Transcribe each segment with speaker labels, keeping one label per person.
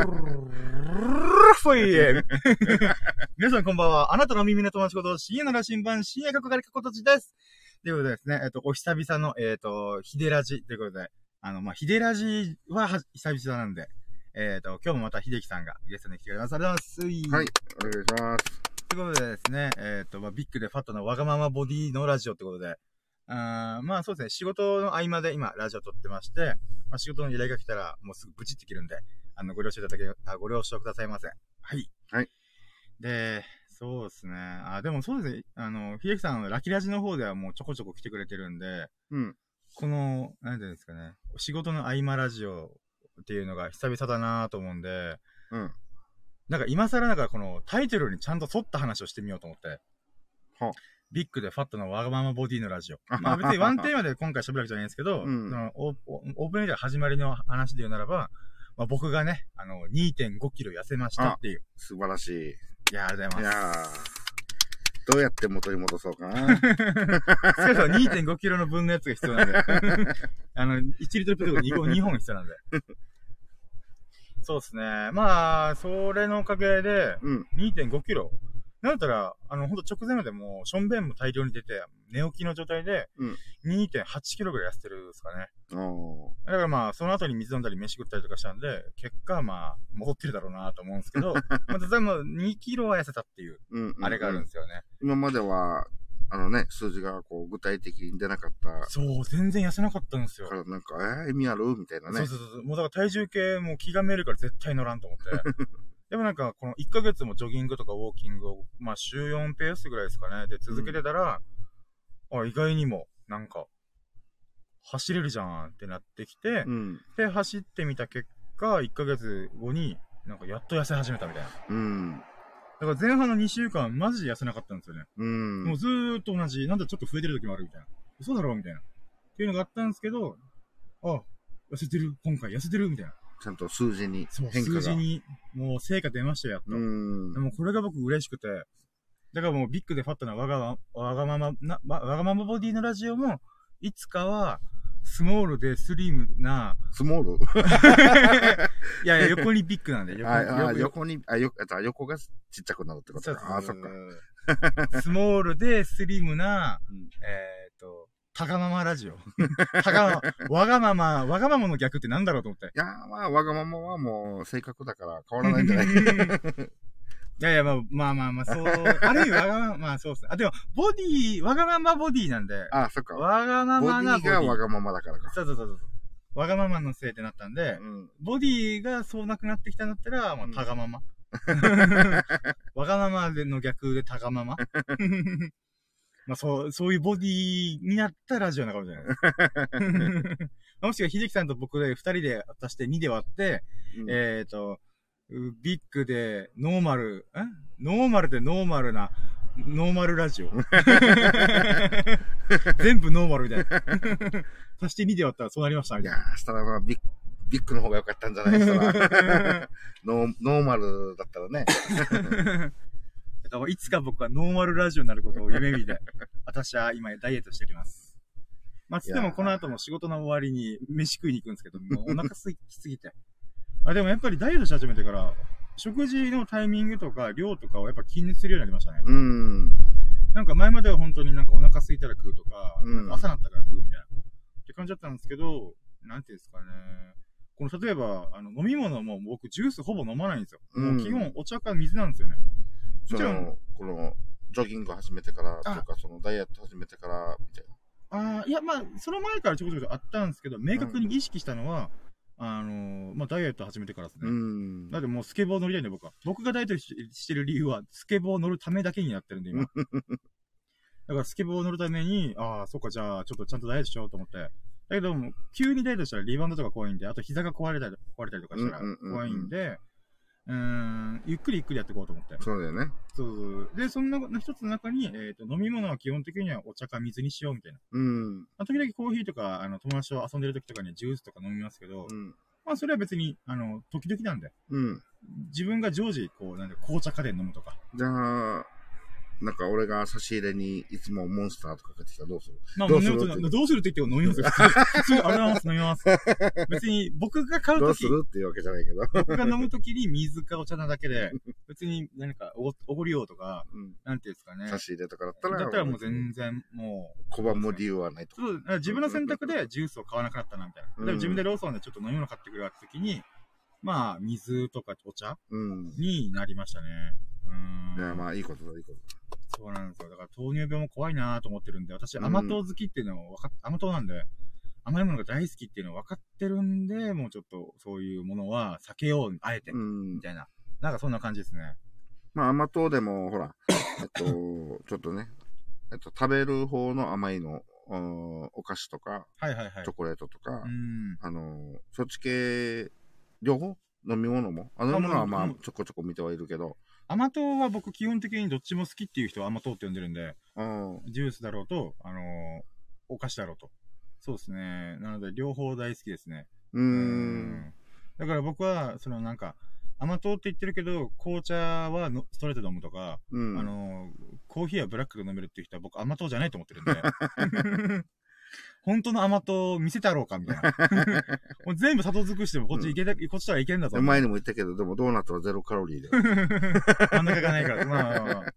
Speaker 1: フォイエ 皆さんこんばんは。あなたの耳の友達こと、深夜の羅針盤、深夜角刈りかことちです。ということでですね、えっと、お久々の、えっと、ヒデラジということで、あの、まあ、ヒデラジはは久々なんで、えっと、今日もまた秀樹さんがゲストに来てくれます。ありがとうございます。
Speaker 2: はい。、お願いします。
Speaker 1: ということでですね、えっ、と、まあ、ビッグでファットなわがままボディのラジオってことで、うーん、まあそうですね、仕事の合間で今、ラジオ撮ってまして、まあ、仕事の依頼が来たら、もうすぐブチって切るんで、あの、ご了承いただけ、あご了承くださいませ。はい。
Speaker 2: はい。
Speaker 1: で、そうですね。あ、でもそうですね、あの、ひできさん、ラキラジの方ではもうちょこちょこ来てくれてるんで、
Speaker 2: うん。
Speaker 1: この、なんていうんですかね、仕事の合間ラジオっていうのが久々だなと思うんで、
Speaker 2: うん。
Speaker 1: なんか今更なんかこのタイトルにちゃんと沿った話をしてみようと思って。
Speaker 2: は
Speaker 1: ビッグでファットのわがままボディのラ ジオ。まあ別にワンテーマで今回喋るわけじゃないんですけど、
Speaker 2: うん
Speaker 1: そのオーオープンエリア始まりの話で言うならば、まあ、僕がね、あの、2.5キロ痩せましたっていう。
Speaker 2: 素晴らしい。い
Speaker 1: いやー、ありがとうございます。
Speaker 2: やーどうやって元に戻そうかな。
Speaker 1: 少なくとも2.5キロの分のやつが必要なんで。 あの、1リットルペットボトル2本 ,2 本必要なん で。そうですね。まあ、それのおかげで、
Speaker 2: うん。
Speaker 1: 2.5キロ。なんだったら、あの、ほんと直前までもう、しょんべんも大量に出て、寝起きの状態で
Speaker 2: うん、
Speaker 1: 2.8キロぐらい痩せてるんですかね。
Speaker 2: お
Speaker 1: だからまあ、その後に水飲んだり飯食ったりとかしたんで、結果まあ、戻ってるだろうなと思うんです けど、またでも2キロは痩せたっていう、
Speaker 2: ーうん、うん
Speaker 1: あれがあるんですよね。
Speaker 2: 今までは、あのね、数字がこう具体的に出なかった
Speaker 1: そう、全然痩せなかったんですよ
Speaker 2: か。ら、なんか、えー、意味あるみたいな
Speaker 1: そ
Speaker 2: ね
Speaker 1: う。そうそう。もうだから体重計も気がめるから絶対乗らんと思 って。でもなんか、この1ヶ月もジョギングとかウォーキングを、まあ週4ペースぐらいですかね。で、続けてたら、あ、意外にも、なんか、走れるじゃんってなってきて、
Speaker 2: うん。
Speaker 1: で、走ってみた結果、1ヶ月後に、なんかやっと痩せ始めたみたいな。
Speaker 2: うん。
Speaker 1: だから前半の2週間、マジで痩せなかったんですよね。
Speaker 2: うん。
Speaker 1: もうずーっと同じ、なんだちょっと増えてる時もあるみたいな。嘘だろみたいな。っていうのがあったんですけど、あ、痩せてる、今回痩せてるみたいな。
Speaker 2: ちゃんと数字に
Speaker 1: そう、
Speaker 2: 変化が。
Speaker 1: 数字に、もう成果出ましたよ、やっと。
Speaker 2: うん
Speaker 1: で。もこれが僕嬉しくて、だからもうビッグでファットなわがまわがままな、わわがままボディのラジオも、いつかは、スモールでスリムな、
Speaker 2: スモール
Speaker 1: い やいや、横にビッグなんで、横
Speaker 2: ああ
Speaker 1: 横
Speaker 2: 横に、あ、よあと横がちっちゃくなるってこと
Speaker 1: そう
Speaker 2: か。あ、そっか。
Speaker 1: スモールでスリムな、
Speaker 2: うん
Speaker 1: えーっと、タガママラジオ。 タガマ、わがまま、わがままの逆ってなんだろうと思って。
Speaker 2: いやー、まあ、わがままはもう性格だから変わらないん じゃない
Speaker 1: いやいや、まあまあまあ、まあ、そう、ある意味わがまま、まあそうっすね。あ、でも、ボディ、わがままボディなんで、
Speaker 2: あ、そっか。
Speaker 1: わがま
Speaker 2: ボデ
Speaker 1: まな
Speaker 2: ィ
Speaker 1: ボデ
Speaker 2: が
Speaker 1: ィ。
Speaker 2: わがままだからか。
Speaker 1: そうそうそうそう。わがままのせいってなったんで、
Speaker 2: うん。
Speaker 1: ボディがそうなくなってきたんだったら、まあ
Speaker 2: うん、
Speaker 1: タガ ママ。わがままでの逆でタ ガママ。まあ、そう、そういうボディになったラジオなのかもしれ ないです。もしくは、秀樹さんと僕で二人で足して二で割って、
Speaker 2: うん
Speaker 1: えっ、ー、と、うビッグでノーマル、んノーマルでノーマルな、ノーマルラ ジオ。全部ノーマルみたいな。足して2で割ったらそうなりました、み
Speaker 2: い
Speaker 1: たい
Speaker 2: や
Speaker 1: な。
Speaker 2: ー、したらまあビッ、ビッグの方が良かったんじゃないです か。ノーノーマルだったらね。
Speaker 1: だからいつか僕はノーマルラジオになることを夢見 て、私は今ダイエットしております。まあ、つって
Speaker 2: いや
Speaker 1: も
Speaker 2: ー
Speaker 1: この後も仕事の終わりに飯食いに行くんですけど、もうお腹すきすぎて。あ、でもやっぱりダイエットし始めてから、食事のタイミングとか量とかをやっぱ気にするようになりましたね。
Speaker 2: うん。
Speaker 1: なんか前までは本当になんかお腹空いたら食うとか、
Speaker 2: うん
Speaker 1: なんか朝になったから食うみたいな。って感じだったんですけど、なんていうんですかね。この例えば、あの飲み物も僕ジュースほぼ飲まないんですよ。
Speaker 2: うん
Speaker 1: もう基本お茶か水なんですよね。
Speaker 2: そ
Speaker 1: じゃあ
Speaker 2: の、この、ジョギング始めてからとか、そのダイエット始めてから、みたい
Speaker 1: ああ、いや、まあ、その前からちょこちょこあったんですけど、明確に意識したのは、あのーまあ、ダイエット始めてからです
Speaker 2: な。
Speaker 1: ね。
Speaker 2: ん
Speaker 1: だってもうスケボー乗りたいんで僕は。僕がダイエットししてる理由は、スケボー乗るためだけになってるん で、今。だからスケボー乗るために、ああ、そっか、じゃあ、ちょっとちゃんとダイエットしようと思って。だけどもう、急にダイエットしたらリバウンドとか怖いんで、あと膝が壊れたり、壊れたりとかしたら
Speaker 2: うんうんうんうん
Speaker 1: 怖いんで、うーん、ゆっくりゆっくりやっていこうと思って。
Speaker 2: そうだよね。
Speaker 1: そう。で、そんな一つの中に、えっ、と、飲み物は基本的にはお茶か水にしようみたいな。
Speaker 2: うん。
Speaker 1: まあ、時々コーヒーとか、あの、友達と遊んでる時とかにジュースとか飲みますけど、
Speaker 2: うん。
Speaker 1: まあ、それは別に、あの、時々なんで、
Speaker 2: うん。
Speaker 1: 自分が常時、こう、なんで、紅茶家電飲むとか、
Speaker 2: じゃあ、なんか俺が差し入れにいつもモンスターとか買ってきたらどうする
Speaker 1: まあ、
Speaker 2: どう
Speaker 1: どう
Speaker 2: す
Speaker 1: す
Speaker 2: る
Speaker 1: るどうするって言っても飲みますよ。普通に普通にあります、飲み ます。別に僕が買う
Speaker 2: どう
Speaker 1: と
Speaker 2: す
Speaker 1: き、
Speaker 2: るっていうわけじゃないけど。
Speaker 1: 僕が飲むときに水かお茶なだけで、別に何かおおごりようとか、
Speaker 2: うん
Speaker 1: なんていうんですかね
Speaker 2: 差。し入れとかだったら。
Speaker 1: だったらもう全然もう、
Speaker 2: 拒む理由はないと。
Speaker 1: そうだから自分の選択でジュースを買わなくなったなみたいな。
Speaker 2: うん
Speaker 1: 例えば自分でローソンでちょっと飲み物買ってくるわってときに、まあ、水とかお茶
Speaker 2: うん。
Speaker 1: になりましたね。
Speaker 2: い
Speaker 1: うー
Speaker 2: や、
Speaker 1: ん。
Speaker 2: まあ、いいことだ、いいことだ。
Speaker 1: そうなんですよ。だから糖尿病も怖いなぁと思ってるんで、私
Speaker 2: うん
Speaker 1: 甘党好きっていうのを分かっ、甘党なんで、甘いものが大好きっていうのを分かってるんで、もうちょっとそういうものは避けよう、あえて、
Speaker 2: うん
Speaker 1: み。たいな。なんかそんな感じですね。
Speaker 2: まあ、甘党でも、ほら、 えっと、ちょっとね、えっと、食べる方の甘いの、うんお菓子とか、
Speaker 1: はいはいはい
Speaker 2: チョ。コレートとか
Speaker 1: う、ん。
Speaker 2: あの、そっち系、両方飲み物も。あ飲み物はま
Speaker 1: う
Speaker 2: あ
Speaker 1: ん、
Speaker 2: ちょこちょこ見てはいるけど、
Speaker 1: 甘党は僕基本的にどっちも好きっていう人は甘党って呼んでるんで、
Speaker 2: うん。
Speaker 1: ジュースだろうと、あのーお菓子だろうと。そうですね。なので両方大好きですね。
Speaker 2: う。。
Speaker 1: うんだから僕は、そのなんか、甘党って言ってるけど、紅茶はのストレートで飲むとか、
Speaker 2: うん。
Speaker 1: あのー、コーヒーはブラックが飲めるっていう人は僕甘党じゃないと思ってるん で。本当の甘党を見せてやろうか、みたいな。もう全部砂糖尽くしてもこっちいけた、こっちとはいけんだぞ。
Speaker 2: 前にも言ったけど、でもドーナツはゼロカロリーで。
Speaker 1: 真ん中がないから。ま あまあまあまあ。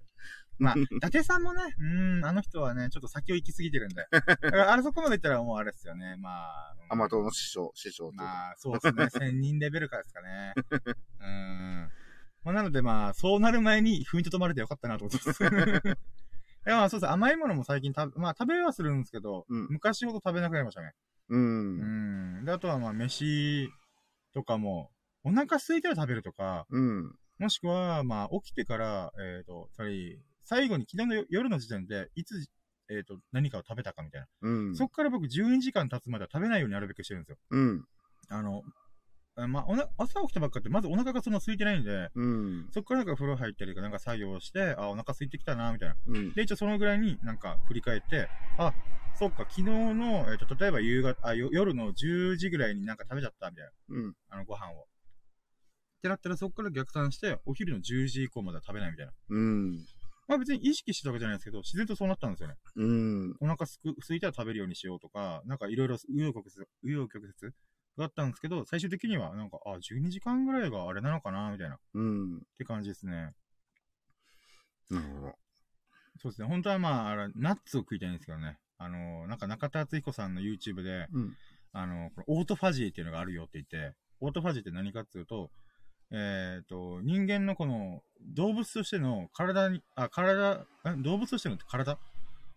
Speaker 1: まあ、伊達さんもね、うん、あの人はね、ちょっと先を行き過ぎてるんで。だからあれそこまで行ったらもうあれですよね。まあ。うん
Speaker 2: 甘党の師匠、師匠というか。
Speaker 1: まあ、そうですね。千人レベルからですかね。うん。まあ、なのでまあ、そうなる前に踏みとどまれてよかったなと思ってます。いや、まあそうです。甘いものも最近た、まあ食べはするんですけど、
Speaker 2: うん
Speaker 1: 昔ほど食べなくなりましたね。
Speaker 2: う。
Speaker 1: うんん。で、あとはまあ、飯とかも、お腹空いたら食べるとか、
Speaker 2: うん。
Speaker 1: もしくは、まあ、起きてから、えっ、と、つまり、最後に昨日の夜夜の時点で、いつ、えっ、と、何かを食べたかみたいな。
Speaker 2: うん。
Speaker 1: そっから僕12時間経つまでは食べないようになるべくしてるんですよ。
Speaker 2: うん。
Speaker 1: あの、あまあ、おな朝起きたばっかって、まずお腹がそんな空いてないんで、
Speaker 2: うん。
Speaker 1: そっからなんか風呂入ったりとか、なんか作業して、あ、お腹空いてきたな、みたいな。
Speaker 2: うん。
Speaker 1: で、一応そのぐらいになんか振り返って、あ、そっか、昨日の、えっ、と、例えば夕方、あ、よ夜の10時ぐらいになんか食べちゃった、みたいな。
Speaker 2: うん。
Speaker 1: あの、ご飯を。ってなったら、そっから逆算して、お昼の10時以降までは食べないみたいな。
Speaker 2: うん。
Speaker 1: まあ別に意識してたわけじゃないですけど、自然とそうなったんですよね。
Speaker 2: うん。
Speaker 1: お腹すく、空いたら食べるようにしようとか、なんかいろいろ、紆余曲折、紆余曲折があったんですけど、最終的にはなんか、あ、12時間ぐらいがあれなのかな、みたいな、っ
Speaker 2: うん。
Speaker 1: て感じですね。
Speaker 2: なるほど。
Speaker 1: そうですね。本当はまあ、あれナッツを食いたいんですけどね。あの、なんか中田敦彦さんの YouTube で、
Speaker 2: うん。
Speaker 1: あの、このオートファジーっていうのがあるよって言って、オートファジーって何かっていうと、えっ、と、人間のこの動物としての体に、あ、体、ん動物としての体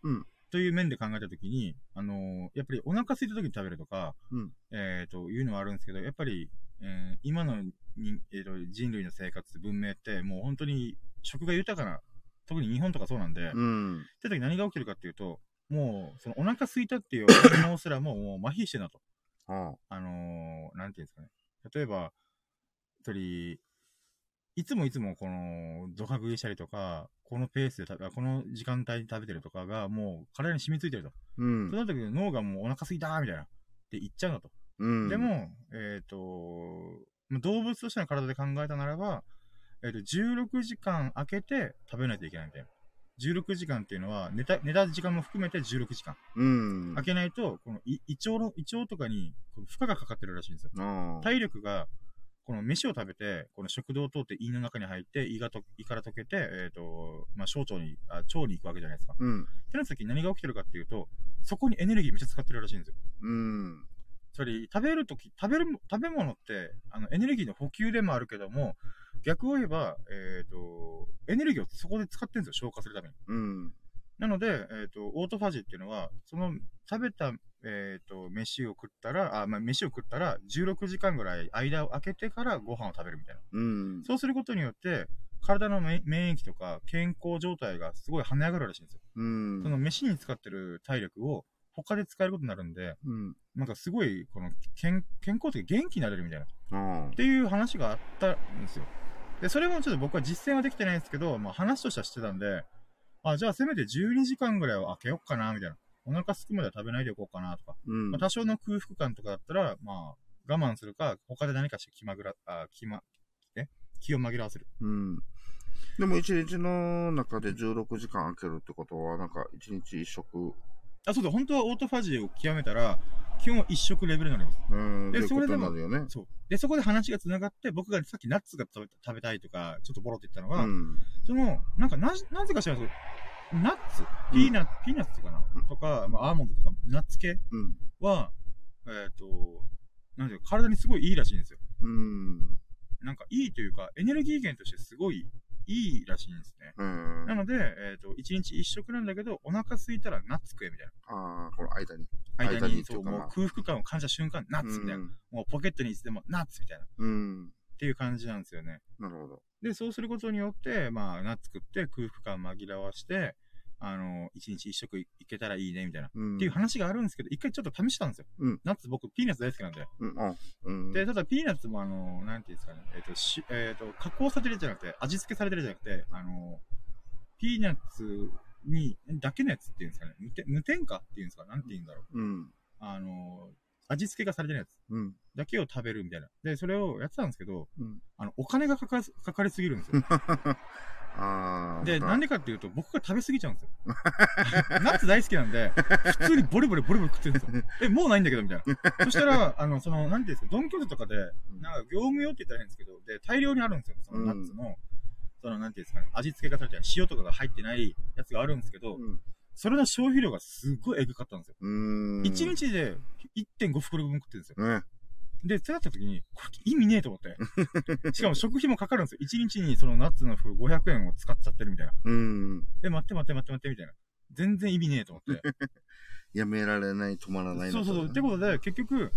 Speaker 2: うん
Speaker 1: という面で考えたときに、あのやっぱりお腹空いたときに食べるとか、
Speaker 2: うん
Speaker 1: えっ、と、いうのはあるんですけど、やっぱり、えー今の人,、えー、と人類の生活、文明って、もう本当に食が豊かな、特に日本とかそうなんで、
Speaker 2: うん。
Speaker 1: って時何が起きるかっていうと、もう、そのお腹空いたっていう反応すらもう、もう麻痺してんだと。
Speaker 2: あ
Speaker 1: あのーなんていうんですかね。例えば、一人、いつもいつもこの、ドカ食いしたりとか、このペースで食べ、この時間帯に食べてるとかが、もう体に染み付いてると。
Speaker 2: うん
Speaker 1: そう。なった時に脳がもうお腹空いたーみたいな。って言っちゃうのと。
Speaker 2: うん。
Speaker 1: で、も、えっ、とまあ動物としての体で考えたならば、えっ、と、16時間空けて食べないといけないみたいな。16時間っていうのは、寝た、寝た時間も含めて16時間。
Speaker 2: うん。
Speaker 1: 空けないと、この胃胃腸の、胃腸とかにこの負荷がかかってるらしいんですよ。
Speaker 2: ああ。
Speaker 1: 体力が、この飯を食べて、この食道を通って胃の中に入って、胃がと、胃から溶けて、えっ、と、まあ、小腸に、あ、腸に行くわけじゃないですか。
Speaker 2: うん。
Speaker 1: ってなった時に何が起きてるかっていうと、そこにエネルギーめっちゃ使ってるらしいんですよ。
Speaker 2: うん。
Speaker 1: つまり、食べるとき、食べるも、食べ物って、あの、エネルギーの補給でもあるけども、逆を言えば、えっ、と、エネルギーをそこで使ってるんですよ、消化するために。
Speaker 2: うん。
Speaker 1: なので、えっ、と、オートファジーっていうのは、その、食べた、えっ、と、飯を食ったら、あ、まあ、飯を食ったら、16時間ぐらい間を空けてからご飯を食べるみたいな。
Speaker 2: うん。
Speaker 1: そうすることによって、体の免免疫とか健康状態がすごい跳ね上がるらしいんですよ。
Speaker 2: うん。
Speaker 1: その飯に使ってる体力を他で使えることになるんで、
Speaker 2: うん。
Speaker 1: なんかすごい、この、健、健康というか元気になれるみたいな。っ
Speaker 2: ああ。
Speaker 1: ていう話があったんですよ。で、それもちょっと僕は実践はできてないんですけど、まあ話としてはしてたんで、あ、じゃあせめて12時間ぐらいは開けようかな、みたいな。お腹空くまでは食べないでおこうかな、とか。
Speaker 2: うん
Speaker 1: まあ、。多少の空腹感とかだったら、まあ、我慢するか、他で何かして気まぐら、あ、気ま、え気を紛らわせる。
Speaker 2: うん。でも一日の中で16時間空けるってことは、なんか一日一食、
Speaker 1: あ、そうだ、本当はオートファジーを極めたら、基本は一食レベルになります。
Speaker 2: うん、と
Speaker 1: え
Speaker 2: いう
Speaker 1: そ
Speaker 2: こ
Speaker 1: れ
Speaker 2: と
Speaker 1: で
Speaker 2: に
Speaker 1: も
Speaker 2: なるよね。
Speaker 1: そう。で、そこで話が繋がって、僕がさっきナッツが食べ食べたいとか、ちょっとボロって言ったの
Speaker 2: う
Speaker 1: が、
Speaker 2: ん。
Speaker 1: その、なんかな、なぜか知らないけど、ナッツ、ピーナッツ、ピーナッツかなとか、まあ、アーモンドとか、ナッツ系
Speaker 2: うん。
Speaker 1: は、えっ、と、なんていうか、体にすごいいいらしいんですよ。
Speaker 2: うん。
Speaker 1: なんか、いいというか、エネルギー源としてすごいいいらしいんですね。
Speaker 2: うん。
Speaker 1: なので、えっ、と、一日一食なんだけど、お腹空いたらナッツ食えみたい
Speaker 2: ああ、この間に。
Speaker 1: な。間
Speaker 2: 間
Speaker 1: に、
Speaker 2: に
Speaker 1: そう、
Speaker 2: とか
Speaker 1: もう
Speaker 2: まあ
Speaker 1: 空腹感を感じた瞬間、ナッツみたいな。もうポケットにいつでもナッツみたいな。っ
Speaker 2: うん。うん。
Speaker 1: ていう感じなんですよね。
Speaker 2: なるほど。
Speaker 1: で、そうすることによって、まあ、ナッツ食って空腹感紛らわして、あの、一日一食いけたらいいね、みたいな。っ
Speaker 2: うん。
Speaker 1: ていう話があるんですけど、一回ちょっと試したんですよ。
Speaker 2: うん
Speaker 1: ナッツ僕、ピーナッツ大好きなんで。
Speaker 2: うん。あ、うん。
Speaker 1: で、ただピーナッツもあの、なんていうんですかね、えっ、と、し、えっ、と、加工されてるじゃなくて、味付けされてるじゃなくて、あの、ピーナッツに、だけのやつっていうんですかね、無添無添加っていうんですか、なんて言うんだろう。
Speaker 2: うん。
Speaker 1: あの、味付けがされてるやつ
Speaker 2: うん。
Speaker 1: だけを食べるみたいな。で、それをやってたんですけど、
Speaker 2: うん
Speaker 1: あの、お金がかか、かかりすぎるんですよ。
Speaker 2: ああ。
Speaker 1: で、
Speaker 2: また
Speaker 1: なんでかっていうと、僕が食べ過ぎちゃうんですよ。 ナッツ大好きなんで、普通にボリボリボリボリ食ってるん ですよ。え、もうないんだけど、みたいな。そしたら、あの、その、なんていうんですか、ドンキョーテとかで、なんか業務用って言ったら変ですけど、で、大量にあるんですよ。そのナッツの、その、なんていうんですかね、味付けがされてない、塩とかが入ってないやつがあるんですけど、
Speaker 2: うん
Speaker 1: それの消費量がすごいエグかったんですよ。
Speaker 2: うん。
Speaker 1: 1日で1.5袋分食ってるんですよ。
Speaker 2: ね。
Speaker 1: で、そうなった時に、これ意味ねえと思って。しかも食費もかかるんですよ。1日にそのナッツの風500円を使っちゃってるみたいな。
Speaker 2: うん。
Speaker 1: で、待って待って待って待ってみたいな。全然意味ねえと思って。
Speaker 2: やめられない、止まらない。
Speaker 1: そうそうそう。ってこととで、結局、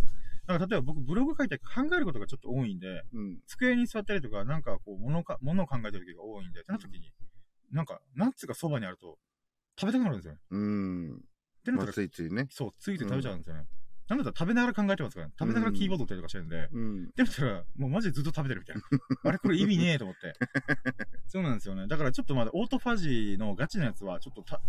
Speaker 1: なんか例えば僕ブログ書いて考えることがちょっと多いんで、
Speaker 2: うん。
Speaker 1: 机に座ったりとか、なんかこう、物か、物を考えてる時が多いんで、その時に、なんか、ナッツがそばにあると、食べたくなるんですよね。
Speaker 2: うん。
Speaker 1: ってな
Speaker 2: ま
Speaker 1: っ
Speaker 2: あ
Speaker 1: たら、
Speaker 2: ついついね。
Speaker 1: そう、ついて食べちゃうんですよね。なんだったら食べながら考えてますから、ね、食べながらキーボード打ったりとかしてるんで、
Speaker 2: うん。
Speaker 1: でもたら、もうマジでずっと食べてるみたいな。あれこれ意味ねえと思って。そうなんですよね。だからちょっとまだオートファジーのガチなやつは、ちょっとた、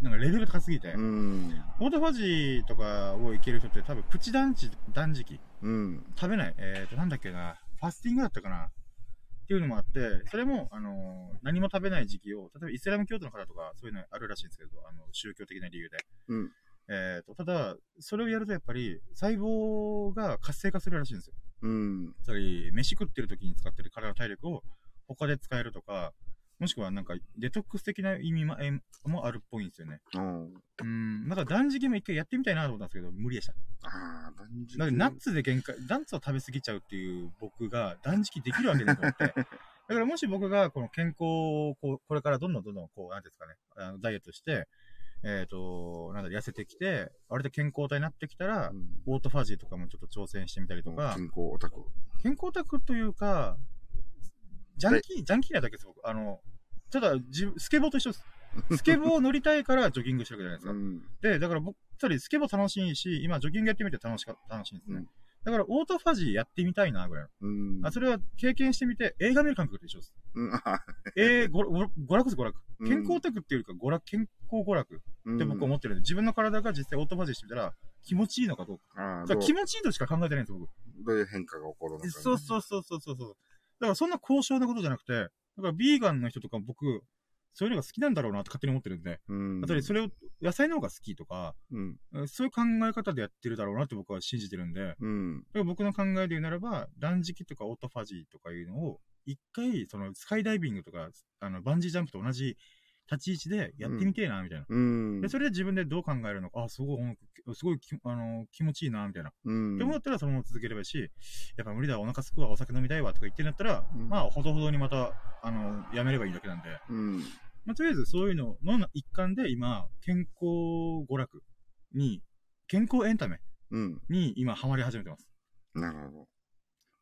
Speaker 1: なんかレベル高すぎて、
Speaker 2: うん。
Speaker 1: オートファジーとかをいける人って多分プチ断食、断食、
Speaker 2: うん。
Speaker 1: 食べない、えーと、なんだっけな、ファスティングだったかな。っていうのもあって、それも、あのー何も食べない時期を、例えばイスラム教徒の方とか、そういうのあるらしいんですけど、あの、宗教的な理由で。
Speaker 2: うん
Speaker 1: えっ、と、ただ、それをやるとやっぱり、細胞が活性化するらしいんですよ
Speaker 2: うん。
Speaker 1: つまり、飯食ってる時に使ってる体の体力を他で使えるとか、もしくはなんかデトックス的な意味もえもあるっぽいんですよね。
Speaker 2: うん。
Speaker 1: うん、なんか断食も一回やってみたいなと思ったんですけど、無理でした。
Speaker 2: ああ、断食。
Speaker 1: だってナッツで限界、ナッツを食べ過ぎちゃうっていう僕が断食できるわけだ と思って。だからもし僕がこの健康をこうこれからどんどんどんどんこう、なんていうんですかね、あのダイエットして、えっ、と、なんだろう、痩せてきて、あれで健康体になってきたら
Speaker 2: う、
Speaker 1: オートファジーとかもちょっと挑戦してみたりと
Speaker 2: ん
Speaker 1: か、
Speaker 2: 健康オタク。
Speaker 1: 健康オタクというか、ジャンキー、ジャンキーなだけです、僕。あの、ただ、じスケボーと一緒です。スケボーを乗りたいからジョギングしてるわけじゃ
Speaker 2: う
Speaker 1: ないで
Speaker 2: ん。
Speaker 1: すか。で、だから僕、つまりスケボー楽しいし、今ジョギングやってみて楽しか、楽しいんですね。
Speaker 2: うん
Speaker 1: だから、オートファジーやってみたいな、ぐらいの。
Speaker 2: うん。
Speaker 1: あ、それは経験してみて、映画見る感覚と一緒です。
Speaker 2: うん。あ
Speaker 1: えー、ごご娯楽です、娯楽。
Speaker 2: うん
Speaker 1: 健康オタクっていうよりか、娯楽、健康娯楽って僕思ってるんで、自分の体が実際オートファジーしてみたら、気持ちいいのかどうか。
Speaker 2: ああ、
Speaker 1: だか
Speaker 2: ど
Speaker 1: ら
Speaker 2: う
Speaker 1: 気持ちいいとしか考えてないんです、僕。
Speaker 2: どういう変化が起こるのかね。
Speaker 1: そうそうそうそうそうそう。だからそんな高尚なことじゃなくて、だからビーガンの人とかも僕、そういうのが好きなんだろうなって勝手に思ってるんで、
Speaker 2: うん。
Speaker 1: やっぱりそれを野菜の方が好きとか、
Speaker 2: うん。
Speaker 1: そういう考え方でやってるだろうなって僕は信じてるんで、だか
Speaker 2: うん。
Speaker 1: ら僕の考えで言うならば、断食とかオートファジーとかいうのを、一回、そのスカイダイビングとか、あの、バンジージャンプと同じ立ち位置でやってみてえな、みたいな。
Speaker 2: うん。
Speaker 1: で、それで自分でどう考えるのか、あ、すごい、すごいき、あの、気持ちいいな、みたいな。
Speaker 2: うん。
Speaker 1: でもだったらそのまま続ければいいし、やっぱ無理だ、お腹すくわ、お酒飲みたいわとか言ってんだったら、
Speaker 2: うん
Speaker 1: まあ、ほどほどにまた、あの、やめればいいだけなんで、
Speaker 2: うん。
Speaker 1: まあ、とりあえずそういうのの一環で今、健康娯楽に、健康エンタメ
Speaker 2: うん。
Speaker 1: に今ハマり始めてます。
Speaker 2: なるほ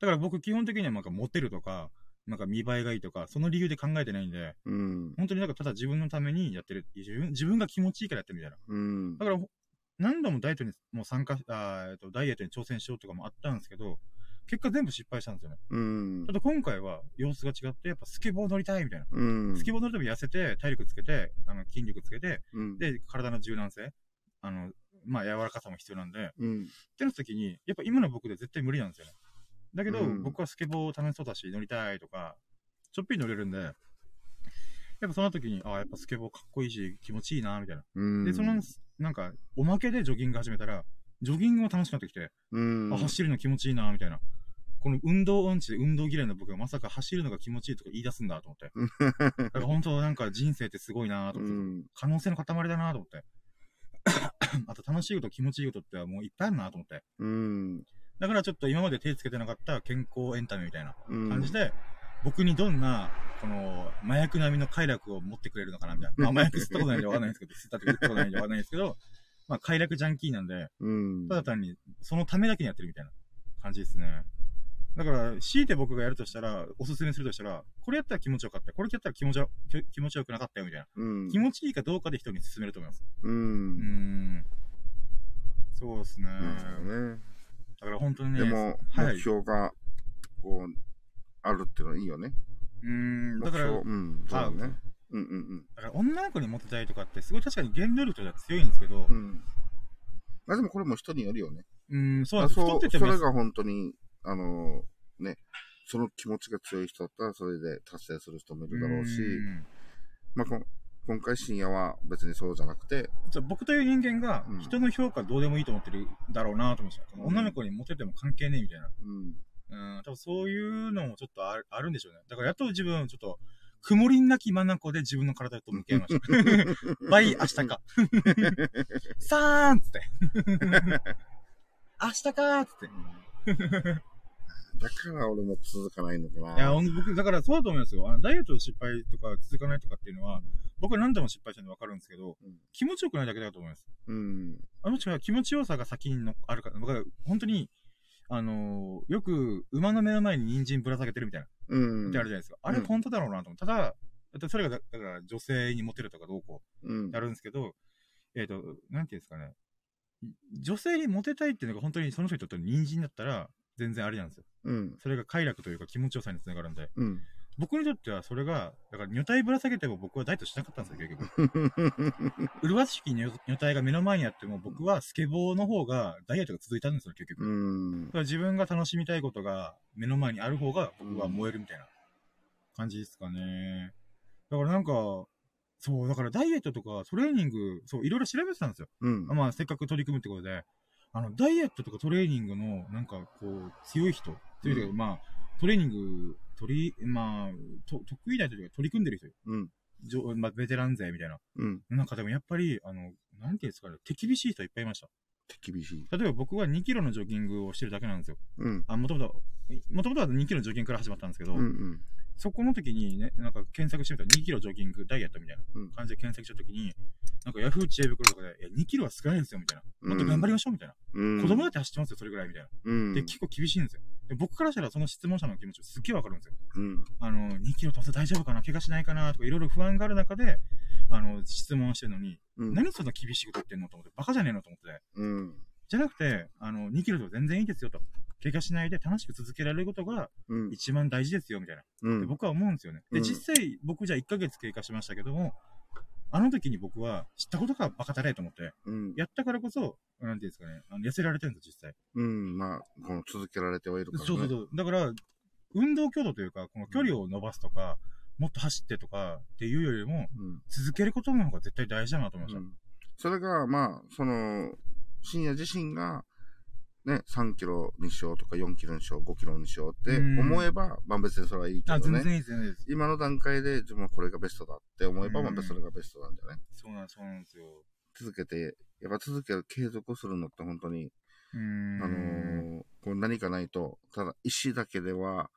Speaker 1: だから僕基本的にはなんかモテるとか、なんか見栄えがいいとか、その理由で考えてないんで、
Speaker 2: ど。うん。
Speaker 1: 本当になんかただ自分のためにやってる、自分自分が気持ちいいからやってるみたいな。
Speaker 2: うん
Speaker 1: だ。から、ほ何度もダイエットにもう参加、あーえっと、ダイエットに挑戦しようとかもあったんですけど、結果全部失敗したんですよね。
Speaker 2: うん
Speaker 1: た。だ今回は様子が違って、やっぱスケボー乗りたいみたいな。
Speaker 2: うん。
Speaker 1: スケボー乗るために痩せて、体力つけて、あの、筋力つけて、
Speaker 2: うん。
Speaker 1: で、体の柔軟性、あの、まあ、柔らかさも必要なんで、っ
Speaker 2: うん。
Speaker 1: てなった時に、やっぱ今の僕で絶対無理なんですよね。だけど、
Speaker 2: うん
Speaker 1: 僕はスケボー楽しそうだし、乗りたいとか、ちょっぴり乗れるんで、やっぱその時に、ああ、やっぱスケボーかっこいいし、気持ちいいな、みたいな。
Speaker 2: うん。
Speaker 1: で、その、なんか、おまけでジョギング始めたら、ジョギングも楽しくなってきて、
Speaker 2: うん。
Speaker 1: あ、走るの気持ちいいな、みたいな。この運動音痴で運動嫌いの僕がまさか走るのが気持ちいいとか言い出すんだと思って。だから本当なんか人生ってすごいなと
Speaker 2: う
Speaker 1: 思って、
Speaker 2: ん。
Speaker 1: 可能性の塊だなと 思って。あと楽しいこと気持ちいいことってもういっぱいあるなと思って。
Speaker 2: うん。
Speaker 1: だからちょっと今まで手つけてなかった健康エンタメみたいな
Speaker 2: うん。
Speaker 1: 感じで、僕にどんな、この、麻薬並みの快楽を持ってくれるのかなみたい な。まあ、麻薬吸ったことないんでわかんないんですけど、吸ったってことないんでわかんないんですけど、 まあ、快楽ジャンキーなんで、
Speaker 2: うん。
Speaker 1: ただ単に、そのためだけにやってるみたいな感じですね。だから、強いて僕がやるとしたら、おすすめするとしたら、これやったら気持ちよかったよ。これやったら気持ちよき気持ちよくなかったよ、みたいな。
Speaker 2: うん。
Speaker 1: 気持ちいいかどうかで人に勧めると思います。
Speaker 2: う
Speaker 1: うー
Speaker 2: ん。
Speaker 1: ん。そうですね。
Speaker 2: うん。
Speaker 1: だから本当にね。
Speaker 2: でも、
Speaker 1: はい。
Speaker 2: 目
Speaker 1: う
Speaker 2: 標が、こう、あるっていうのはいいよね。
Speaker 1: ーん。
Speaker 2: 目
Speaker 1: だから、
Speaker 2: 標。
Speaker 1: だ
Speaker 2: うん。そうだね。うんうん
Speaker 1: から女の子にモテたいとかって、すごい確かに原動力としては強いんですけ
Speaker 2: う。
Speaker 1: ど、うん
Speaker 2: うん。まあでもこれも人によるよね。
Speaker 1: ーん、そう
Speaker 2: まあ
Speaker 1: なんです。
Speaker 2: そ
Speaker 1: 太っ
Speaker 2: う
Speaker 1: てて
Speaker 2: それ
Speaker 1: も、
Speaker 2: が本当に、あのーね、その気持ちが強い人だったら、それで達成する人もいるだろうし、
Speaker 1: ーん
Speaker 2: まあ、こん今回深夜は別にそうじゃなくて、
Speaker 1: そう僕という人間が
Speaker 2: うん
Speaker 1: 人の評価どうでもいいと思ってるだろうなと思ってた。この女の子にモテても関係ねえみたいな。
Speaker 2: うん、
Speaker 1: うん、多分そういうのもちょっとあるあるんでしょうね。だからやっと自分、ちょっと、曇りなき眼で自分の体と向き合い ました。バイ、明日か。さーんっつって。明日かーっつって。い
Speaker 2: だから俺も続かないのかな。
Speaker 1: や、ほんと僕、だからそうだと思いますよ。あのダイエットの失敗とか続かないとかっていうのは、僕は何度も失敗してるの分かるんですけど、
Speaker 2: うん
Speaker 1: 気持ちよくないだけだと思います。
Speaker 2: うん、
Speaker 1: あもしくは気持ちよさが先にのあるから、僕は本当に、あのーよく馬の目の前に人参ぶら下げてるみたいな、
Speaker 2: うん、
Speaker 1: ってあるじゃないですか。あれ
Speaker 2: うん
Speaker 1: 本当だろうなと思う。ただ、だってそれがだだから女性にモテるとかどうこ
Speaker 2: うん
Speaker 1: う、やるんですけど、えっ、と、なんていうんですかね。女性にモテたいっていうのが本当にその人にとっての人参だったら、全然ありなんですよ。
Speaker 2: うん、
Speaker 1: それが快楽というか気持ちよさにつながるんで。
Speaker 2: うん。
Speaker 1: 僕にとってはそれが、だから女体ぶら下げても僕はダイエットしなかったんですよ、結局。 麗しき女女体が目の前にあっても、僕はスケボーの方がダイエットが続いたんですよ、結局。
Speaker 2: う
Speaker 1: だ
Speaker 2: ん、
Speaker 1: から自分が楽しみたいことが目の前にある方が僕は燃えるみたいな感じですかね。だからなんか、そう、だからダイエットとかトレーニング、そう、いろいろ調べてたんですよ。
Speaker 2: うん、
Speaker 1: まあ、せっかく取り組むってことで、あの、ダイエットとかトレーニングの、なんか、こう、強い人、強いというか、
Speaker 2: う
Speaker 1: まあ、トレーニング、取り、まあ、と得意な人というか、取り組んでる人
Speaker 2: うん、
Speaker 1: じょ、まあ、ベテラン勢みたいな。
Speaker 2: うん。
Speaker 1: なんかでもやっぱり、あの、なんていうんですかね、手厳しい人いっぱいいました。
Speaker 2: 手厳しい。
Speaker 1: 例えば僕は2キロのジョギングをしてるだけなんですよ。
Speaker 2: うん、
Speaker 1: あ、もともと、もともとは2キロのジョギングから始まったんですけど、
Speaker 2: うん、うん、
Speaker 1: そこの時にね、なんか検索してみたら2キロジョギングダイエットみたいな
Speaker 2: うん
Speaker 1: 感じで検索した時に、なんかヤフー知恵袋とかで、いや、2キロは少ないですよ、みたいな。もっと頑張りましょう、みたいな。
Speaker 2: うん、
Speaker 1: 子供だって走ってますよ、それぐらい、みたいな。
Speaker 2: うん、
Speaker 1: で、結構厳しいんですよ。で僕からしたらその質問者の気持ちすっげえわかるんですよ。
Speaker 2: うん、
Speaker 1: あの、2キロ達成大丈夫かな怪我しないかなとかいろいろ不安がある中で、あの、質問してるのに、
Speaker 2: うん、
Speaker 1: 何そんな厳しいこと言ってんのと思って、バカじゃねえのと思って。
Speaker 2: うん、
Speaker 1: じゃなくて、あの、2キロでも全然いいですよと。怪我しないで楽しく続けられることが
Speaker 2: うん、
Speaker 1: 一番大事ですよ、みたいな。
Speaker 2: う
Speaker 1: で
Speaker 2: ん、
Speaker 1: 僕は思うんですよね。で、
Speaker 2: うん
Speaker 1: 実際、僕じゃあ1ヶ月経過しましたけども、あの時に僕は知ったことがバカだれと思って、
Speaker 2: うん、
Speaker 1: やったからこそ、なんていうんですかね、あの痩せられてるんですよ、実際。
Speaker 2: うん、まあ、この続けられてはいるからね。
Speaker 1: そうそうそう。だから、運動強度というか、この距離を伸ばすとか、もっと走ってとかっていうよりも、
Speaker 2: うん。
Speaker 1: 続けることの方が絶対大事だなと思いま
Speaker 2: う
Speaker 1: した。
Speaker 2: んそれが、まあ、その、深夜自身が、ね、3キロにしようとか4キロにしよう、5キロにしようって
Speaker 1: うん
Speaker 2: 思えば、まあ別にそれはいいけ
Speaker 1: あ、
Speaker 2: ど
Speaker 1: 全
Speaker 2: ね。
Speaker 1: 然いいです、全然いいです。
Speaker 2: 今の段階で自分はこれがベストだって思えば、
Speaker 1: うん
Speaker 2: まあ別にそれがベストなんだよね。
Speaker 1: そうなんそうなんですよ。
Speaker 2: 続けて、やっぱ続ける、継続するのって本当に、
Speaker 1: う
Speaker 2: あ
Speaker 1: ーん。
Speaker 2: のーこう何かないと、ただ石だけでは、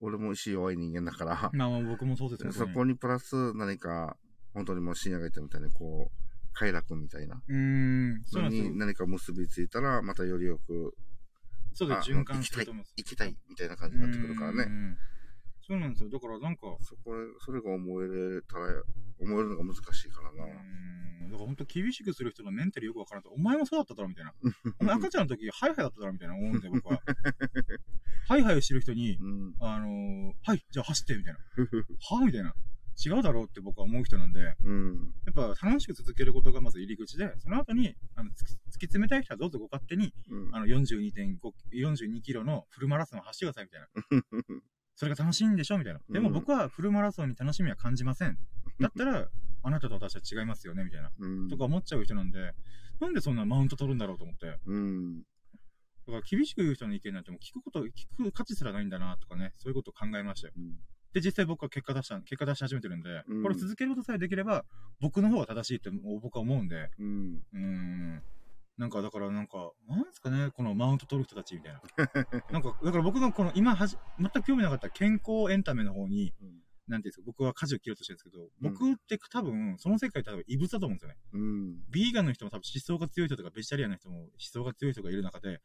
Speaker 2: 俺も石弱い人間だから、
Speaker 1: まあまあ僕もそうですよ
Speaker 2: そこにプラス何か、本当にもう深夜が言ったみたいに、こう、快楽みたいな。
Speaker 1: うーん。そうなんですよ
Speaker 2: に。何か結びついたら、またよりよく
Speaker 1: そうです
Speaker 2: あ
Speaker 1: 循環すると思うんです
Speaker 2: 行きたいみたいな感じになってくるから
Speaker 1: うー
Speaker 2: ね。
Speaker 1: んそうなんですよ。だからなんか、う
Speaker 2: そこで、それが思えれたら、思えるのが難しいからな。
Speaker 1: ーん。だから本当厳しくする人のメンタルよくわからんと、お前もそうだっただろみたいな。お前赤ちゃんの時、ハイハイだっただろみたいな思うんで僕 は。ハイハイしてる人に、
Speaker 2: うん。
Speaker 1: あのーはい、じゃあ走って、み たいな。はみたいな。違うだろうって僕は思う人なんで、や
Speaker 2: うん。
Speaker 1: っぱ楽しく続けることがまず入り口で、その後に、あの、突き突き詰めたい人はどうぞご勝手に
Speaker 2: うん
Speaker 1: あの、42.5、42キロのフルマラソンを走ってくださ い、みたいな。それが楽しいんでしょみたいな。でも
Speaker 2: うん
Speaker 1: 僕はフルマラソンに楽しみは感じません。だったら、あなたと私は違いますよね、みたいな。
Speaker 2: うん
Speaker 1: とか思っちゃう人なんで、なんでそんなマウント取るんだろうと思って。だ
Speaker 2: うん。
Speaker 1: から厳しく言う人の意見なんてもう聞くこと、聞く価値すらないんだなとかね、そういうことを考えましたよ。
Speaker 2: うん
Speaker 1: で、実際僕は結果出した、結果出し始めてるんで、
Speaker 2: うん
Speaker 1: これを続けることさえできれば、僕の方が正しいって僕は思うんで、
Speaker 2: うん。
Speaker 1: うーん。なんか、だからなんか、なんですかね、このマウント取る人たちみた いな。なんか、だから僕のこの今はじ、全く興味なかった健康エンタメの方に、なんていうんですか、僕は舵を切ろうとしてるんですけど、僕って多分、その世界多分異物だと思うんですよね。
Speaker 2: うん。
Speaker 1: ビーガンの人も多分思想が強い人とか、ベジタリアンの人も思想が強い人がいる中で、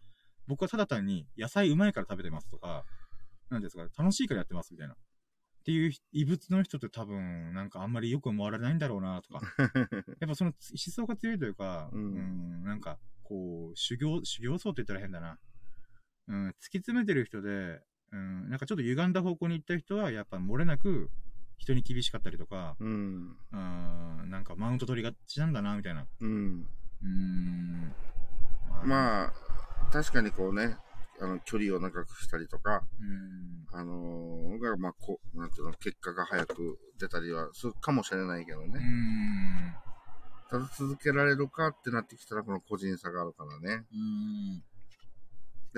Speaker 1: 僕はただ単に野菜うまいから食べてますとか、なんですか、楽しいからやってますみたいな。っていう異物の人って多分、なんかあんまりよく思われないんだろうなと か。やっぱその思想が強いというか、
Speaker 2: うん
Speaker 1: うんなんか、こう、修行、修行僧って言ったら変だな。うん、突き詰めてる人で、うん、なんかちょっと歪んだ方向に行った人は、やっぱ漏れなく、人に厳しかったりとか、
Speaker 2: うん。
Speaker 1: うん、なんかマウント取りがちなんだな、みたいな。
Speaker 2: うん。
Speaker 1: うーん。あ、
Speaker 2: まあ、確かにこうね、あの、距離を長くしたりとか、
Speaker 1: うーん。
Speaker 2: あのーが、まあ、こう、なんていうの、結果が早く出たりはするかもしれないけど
Speaker 1: うー
Speaker 2: ね。
Speaker 1: ん。
Speaker 2: ただ続けられるかってなってきたら、この個人差があるからね。
Speaker 1: うーん。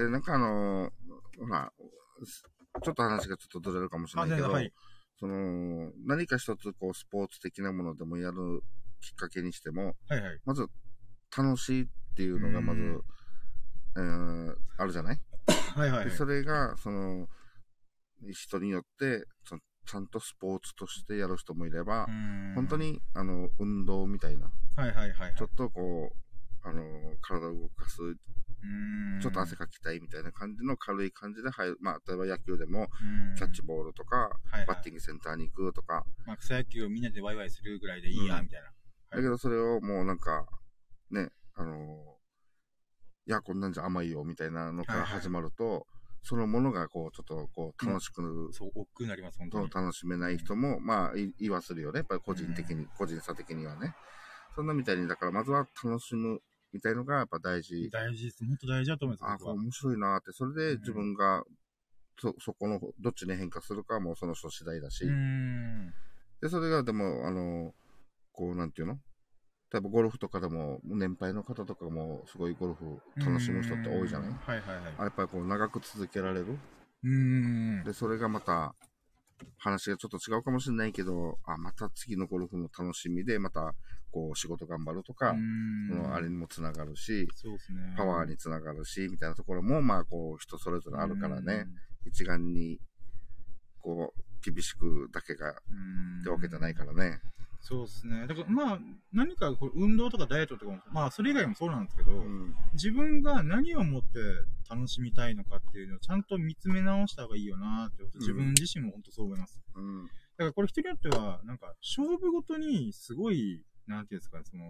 Speaker 2: で、なんかあのーほら、ちょっと話がちょっとずれるかもしれ
Speaker 1: あ、
Speaker 2: ないけ
Speaker 1: 全
Speaker 2: ど、
Speaker 1: 然、はい。
Speaker 2: その、何か一つこう、スポーツ的なものでもやるきっかけにしても、
Speaker 1: はいはい。
Speaker 2: まず、楽しいっていうのが、まず、
Speaker 1: うん
Speaker 2: えーあるじゃない、
Speaker 1: はいはい
Speaker 2: で
Speaker 1: はい。
Speaker 2: それが、その、人によって、そのちゃんとスポーツとしてやる人もいれば
Speaker 1: う、ーん
Speaker 2: 本当。に、あの、運動みたいな、
Speaker 1: はいはいはいはい。
Speaker 2: ちょっとこう、あの、体を動かす、
Speaker 1: うーん
Speaker 2: ちょっと汗かきたいみたいな感じの軽い感じで入る。まあ、例えば野球でも、キャッチボールとか、
Speaker 1: ール、はいはい
Speaker 2: バッティングセンターに行くとか、
Speaker 1: まあ、草野球をみんなでワイワイするぐらいでいいや、
Speaker 2: うん
Speaker 1: みたいな。
Speaker 2: だけどそれをもうなんか、ね、あのーいや、こんなんじゃ甘いよ、みたいなのか
Speaker 1: はい
Speaker 2: ら
Speaker 1: はい
Speaker 2: 始まると、そのものがこう、ちょっとこう、楽しく、
Speaker 1: そう、億劫になります、本当
Speaker 2: と
Speaker 1: に。
Speaker 2: 楽しめない人も、まあ、い言いはするよね。やっぱり個人的に、個人差的にはね。そんなみたいに、だからまずは楽しむ、みたいのがやっぱ大事。
Speaker 1: 大事です。本当大事だと思いま
Speaker 2: あ、
Speaker 1: す、僕
Speaker 2: これ
Speaker 1: は。
Speaker 2: 面白いなって、それ
Speaker 1: う
Speaker 2: で
Speaker 1: ん
Speaker 2: 自分が、そ、そこの、どっちに変化するかはもうその人次第だし。
Speaker 1: うーん。
Speaker 2: で、それがでも、あの、こう、なんていうの例えばゴルフとかでも、年配の方とかも、すごいゴルフ楽しむ人って多いじゃない
Speaker 1: はいはいはい。
Speaker 2: あやっぱりこう、長く続けられる。
Speaker 1: うーん。
Speaker 2: で、それがまた、話がちょっと違うかもしれないけど、あ、また次のゴルフの楽しみで、また、こう、仕事頑張るとか、
Speaker 1: う
Speaker 2: そ
Speaker 1: ーん
Speaker 2: のあれにもつながるし、
Speaker 1: そうですね。
Speaker 2: パワーにつながるし、みたいなところも、まあ、こう、人それぞれあるからね、一概に、こう、厳しくだけが、
Speaker 1: うーん。
Speaker 2: ってわけじゃないかららね。
Speaker 1: そうですね。だからまあ、何かこう運動とかダイエットとかも、まあそれ以外もそうなんですけど、
Speaker 2: うん。
Speaker 1: 自分が何をもって楽しみたいのかっていうのをちゃんと見つめ直した方がいいよなって、自分自身も本当そう思います。
Speaker 2: うん。
Speaker 1: だからこれ人によっては、なんか勝負ごとにすごい、なんていうんですかね、その、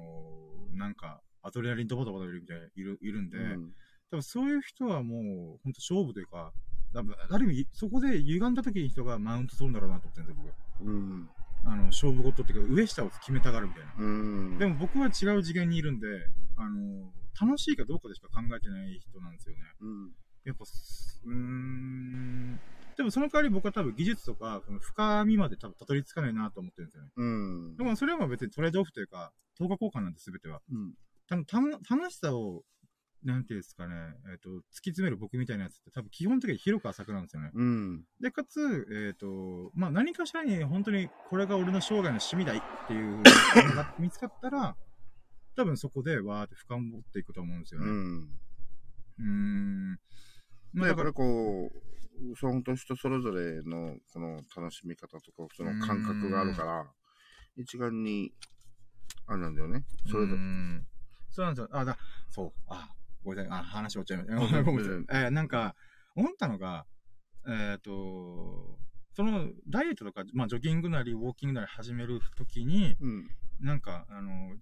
Speaker 1: なんか、アドレナリンドバドバドいるみたいな、いる、いるんで、
Speaker 2: うん
Speaker 1: 多分そういう人はもう、本当勝負というか、多分ある意味、そこで歪んだ時に人がマウント取るんだろうなと思ってるんですよ、
Speaker 2: うん。
Speaker 1: 僕。あの、勝負ごとっていうか、上下を決めたがるみたいな。
Speaker 2: うん。
Speaker 1: でも僕は違う次元にいるんで、あの、楽しいかどうかでしか考えてない人なんですよね。
Speaker 2: うん。
Speaker 1: やっぱ、すうーん。でもその代わり僕は多分技術とか、その深みまで多分たどり着かないなと思ってるんですよね。
Speaker 2: うん。
Speaker 1: でもそれは別にトレードオフというか、等価交換なんで全ては。
Speaker 2: うん。
Speaker 1: たたの楽しさを、なんていうんですかね、えっ、と、突き詰める僕みたいなやつって多分基本的に広く浅くなんですよね。
Speaker 2: うん。
Speaker 1: で、かつ、えっ、と、まあ、何かしらに本当にこれが俺の生涯の趣味だいっていう のが見つかったら、多分そこでわーって深掘っていくと思うんですよ
Speaker 2: う
Speaker 1: ね。
Speaker 2: ん。
Speaker 1: うーん。まあ、
Speaker 2: やっぱ
Speaker 1: だか
Speaker 2: り
Speaker 1: ら、
Speaker 2: こう、そう本当人それぞれのこの楽しみ方とか、その感覚があるから、一概に、あれなんだよね。それ
Speaker 1: う
Speaker 2: ぞれ。
Speaker 1: んそうなんですよ。あ、だ、そう、あ、ごめんなさい、あ、話終わっちゃいました。ごめんな
Speaker 2: うん
Speaker 1: さい。えーなんか、思ったのが、えっ、と、その、ダイエットとか、まあ、ジョギングなり、ウォーキングなり始めるときに、
Speaker 2: うん。
Speaker 1: なんか、あの、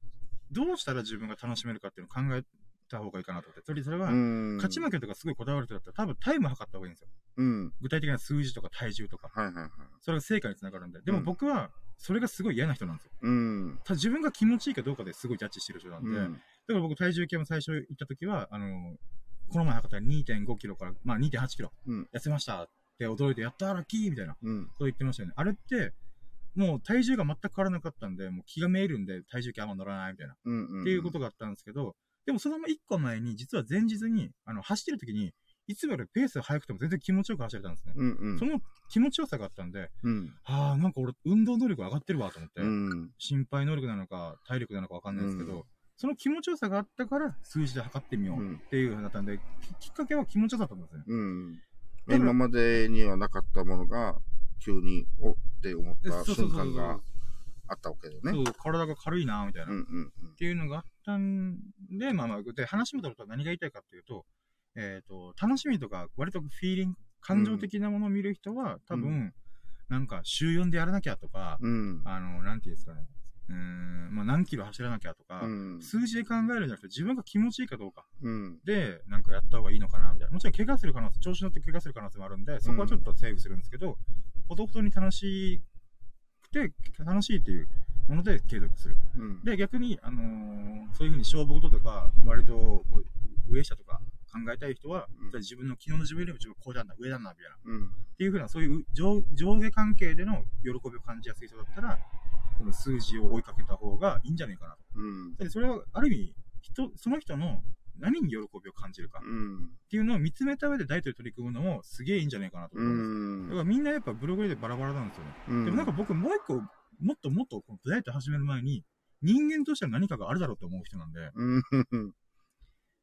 Speaker 1: どうしたら自分が楽しめるかっていうのを考えた方がいいかなと思って、とりあえずそれは、
Speaker 2: うん。
Speaker 1: 勝ち負
Speaker 2: け。
Speaker 1: けとかすごいこだわる人だったら、多分タイム測った方がいいんですよ。
Speaker 2: うん。
Speaker 1: 具体的な数字とか体重とか。
Speaker 2: はいはいはい。
Speaker 1: それが成果につながるんで。でも
Speaker 2: うん
Speaker 1: 僕は、それがすごい嫌な人なんですよ。
Speaker 2: うん。
Speaker 1: ただ自分が気持ちいいかどうかですごいジャッジしてる人なん
Speaker 2: う
Speaker 1: で。
Speaker 2: ん。
Speaker 1: だから僕体重計も最初行った時は、あの、この前測ったら2.5キロから、まあ2.8キロ
Speaker 2: うん
Speaker 1: 痩せましたって驚いて、やったーラッキーみたいな、
Speaker 2: うん。
Speaker 1: そう言ってましたよね。あれって、もう体重が全く変わらなかったんで、もう気がめいるんで体重計あんま乗らないみたいな、
Speaker 2: うんうんうん。
Speaker 1: っていうことがあったんですけど、でもそのまま一個前に、実は前日に、あの、走ってる時に、いつもよりペース速くても全然気持ちよく走れたんですね。
Speaker 2: うんうん
Speaker 1: そ。の気持ちよさがあったんで、
Speaker 2: うん。
Speaker 1: ああ、なんか俺、運動能力上がってるわと思って、
Speaker 2: うん。
Speaker 1: 心配能力なのか、体力なのかわかんないですけど、
Speaker 2: うん
Speaker 1: その気持ちよさがあったから、数字で測ってみよ
Speaker 2: う
Speaker 1: うんっていうふうになったんで、ききっかけは気持ちよさだったんですね。
Speaker 2: うん。
Speaker 1: だから
Speaker 2: 今までにはなかったものが、急に、おって思っ
Speaker 1: で
Speaker 2: た
Speaker 1: そうそ
Speaker 2: 瞬
Speaker 1: うそう
Speaker 2: 間
Speaker 1: そ
Speaker 2: が
Speaker 1: う
Speaker 2: あったわけだよ
Speaker 1: そ
Speaker 2: ね。
Speaker 1: う、体が軽いな、みたいな、
Speaker 2: うんう
Speaker 1: っ
Speaker 2: ん
Speaker 1: ていうのがあったんで、まあまあ、で、話戻ると何が言いたいかっていうと、えっ、と、楽しみとか、割とフィーリング、感情的なものを見る人は、多分、
Speaker 2: う
Speaker 1: なんか、週4でやらなきゃとか、
Speaker 2: うん。
Speaker 1: あの、なんていうんですかね、うーん、まあ、何キロ走らなきゃとか、
Speaker 2: うん。
Speaker 1: 数字で考えるんじゃなくて、自分が気持ちいいかどうか
Speaker 2: うん。
Speaker 1: で、なんかやった方がいいのかな、みたいな。もちろん、怪我する可能性、調子乗って怪我する可能性もあるんで、そこはちょっとセーブするんですけど、ほどほどに楽しくて、楽しいっていうもので継続する。
Speaker 2: うん。
Speaker 1: で、逆に、あのーそういうふうに勝負事とか、割とこう上下とか考えたい人は、
Speaker 2: うん
Speaker 1: 自分の昨日の自分よりも自分こうだな、上だな、みたいな。
Speaker 2: うん。
Speaker 1: っていうふうな、そういう上上下関係での喜びを感じやすい人だったら、この数字を追いかけた方がいいんじゃないかなと。
Speaker 2: うん。
Speaker 1: でそれは、ある意味、人、その人の何に喜びを感じるか
Speaker 2: う
Speaker 1: っ
Speaker 2: ん。
Speaker 1: ていうのを見つめた上でダイエットに取り組むのもすげえいいんじゃないかなと
Speaker 2: う
Speaker 1: 思います。だから
Speaker 2: ん。
Speaker 1: みんなやっぱブログでバラバラなんですよね。
Speaker 2: うん。
Speaker 1: でもなんか僕もう一個、もっともっとこのダイエット始める前に、人間としての何かがあるだろうと思う人なんで、だか
Speaker 2: うん、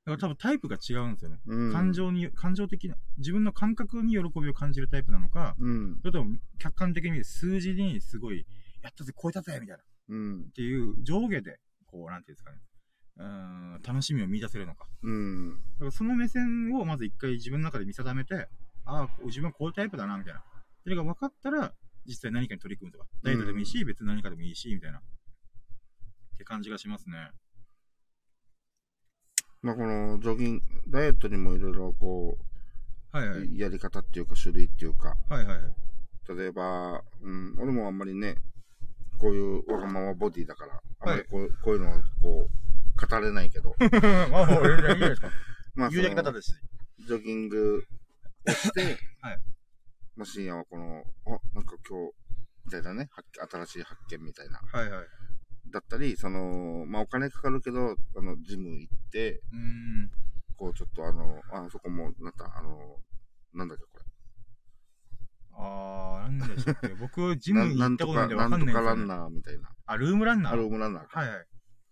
Speaker 1: ら多分タイプが違うんですよね。
Speaker 2: うん。
Speaker 1: 感情に、感情的な、自分の感覚に喜びを感じるタイプなのか、
Speaker 2: うん。
Speaker 1: それとも客観的に数字にすごい、やったぜ、超えたぜ、みたいな、っ
Speaker 2: うん。
Speaker 1: ていう上下で、こう、なんていうんですかね、うーん、楽しみを見出せるのか。
Speaker 2: うん。
Speaker 1: だからその目線をまず一回自分の中で見定めて、ああ、自分はこういうタイプだな、みたいな。それが分かったら、実際何かに取り組むとか、ダイエットでもいいし、別に何かでもいいし、みたいな。って感じがしますね。
Speaker 2: まあこのジョギング、ダイエットにもいろいろこ
Speaker 1: はいはい。
Speaker 2: う、やり方っていうか種類っていうか、
Speaker 1: はいはいはい。
Speaker 2: 例えば、うん、俺もあんまりね、こういうわがままボディだから、あんまりこう,、こういうのはこう、語れないけ ど、
Speaker 1: まあ、もう、いいじゃないですか。
Speaker 2: まあそ
Speaker 1: 言う
Speaker 2: の
Speaker 1: だけだったですし。
Speaker 2: ジョギングをして、
Speaker 1: はい
Speaker 2: まあ深夜はこの、あ、なんか今日、みたいなね、発新しい発見みたいな。
Speaker 1: はいはい。
Speaker 2: だったり、その、まあお金かかるけど、あの、ジム行って、
Speaker 1: うーん。
Speaker 2: こうちょっとあの、あそこも、なんかあの、なんだっけこれ。
Speaker 1: あー、なんでし たっけ。僕、ジ
Speaker 2: な
Speaker 1: ムに
Speaker 2: な
Speaker 1: 行
Speaker 2: ん
Speaker 1: った
Speaker 2: と
Speaker 1: ことな
Speaker 2: か、
Speaker 1: いんで
Speaker 2: な
Speaker 1: わか
Speaker 2: んと
Speaker 1: んな
Speaker 2: か
Speaker 1: いです
Speaker 2: ラ
Speaker 1: よ、
Speaker 2: ン
Speaker 1: ね。
Speaker 2: ナーみたいな。
Speaker 1: あ、ルームランナー
Speaker 2: アルームランナー
Speaker 1: はいはい。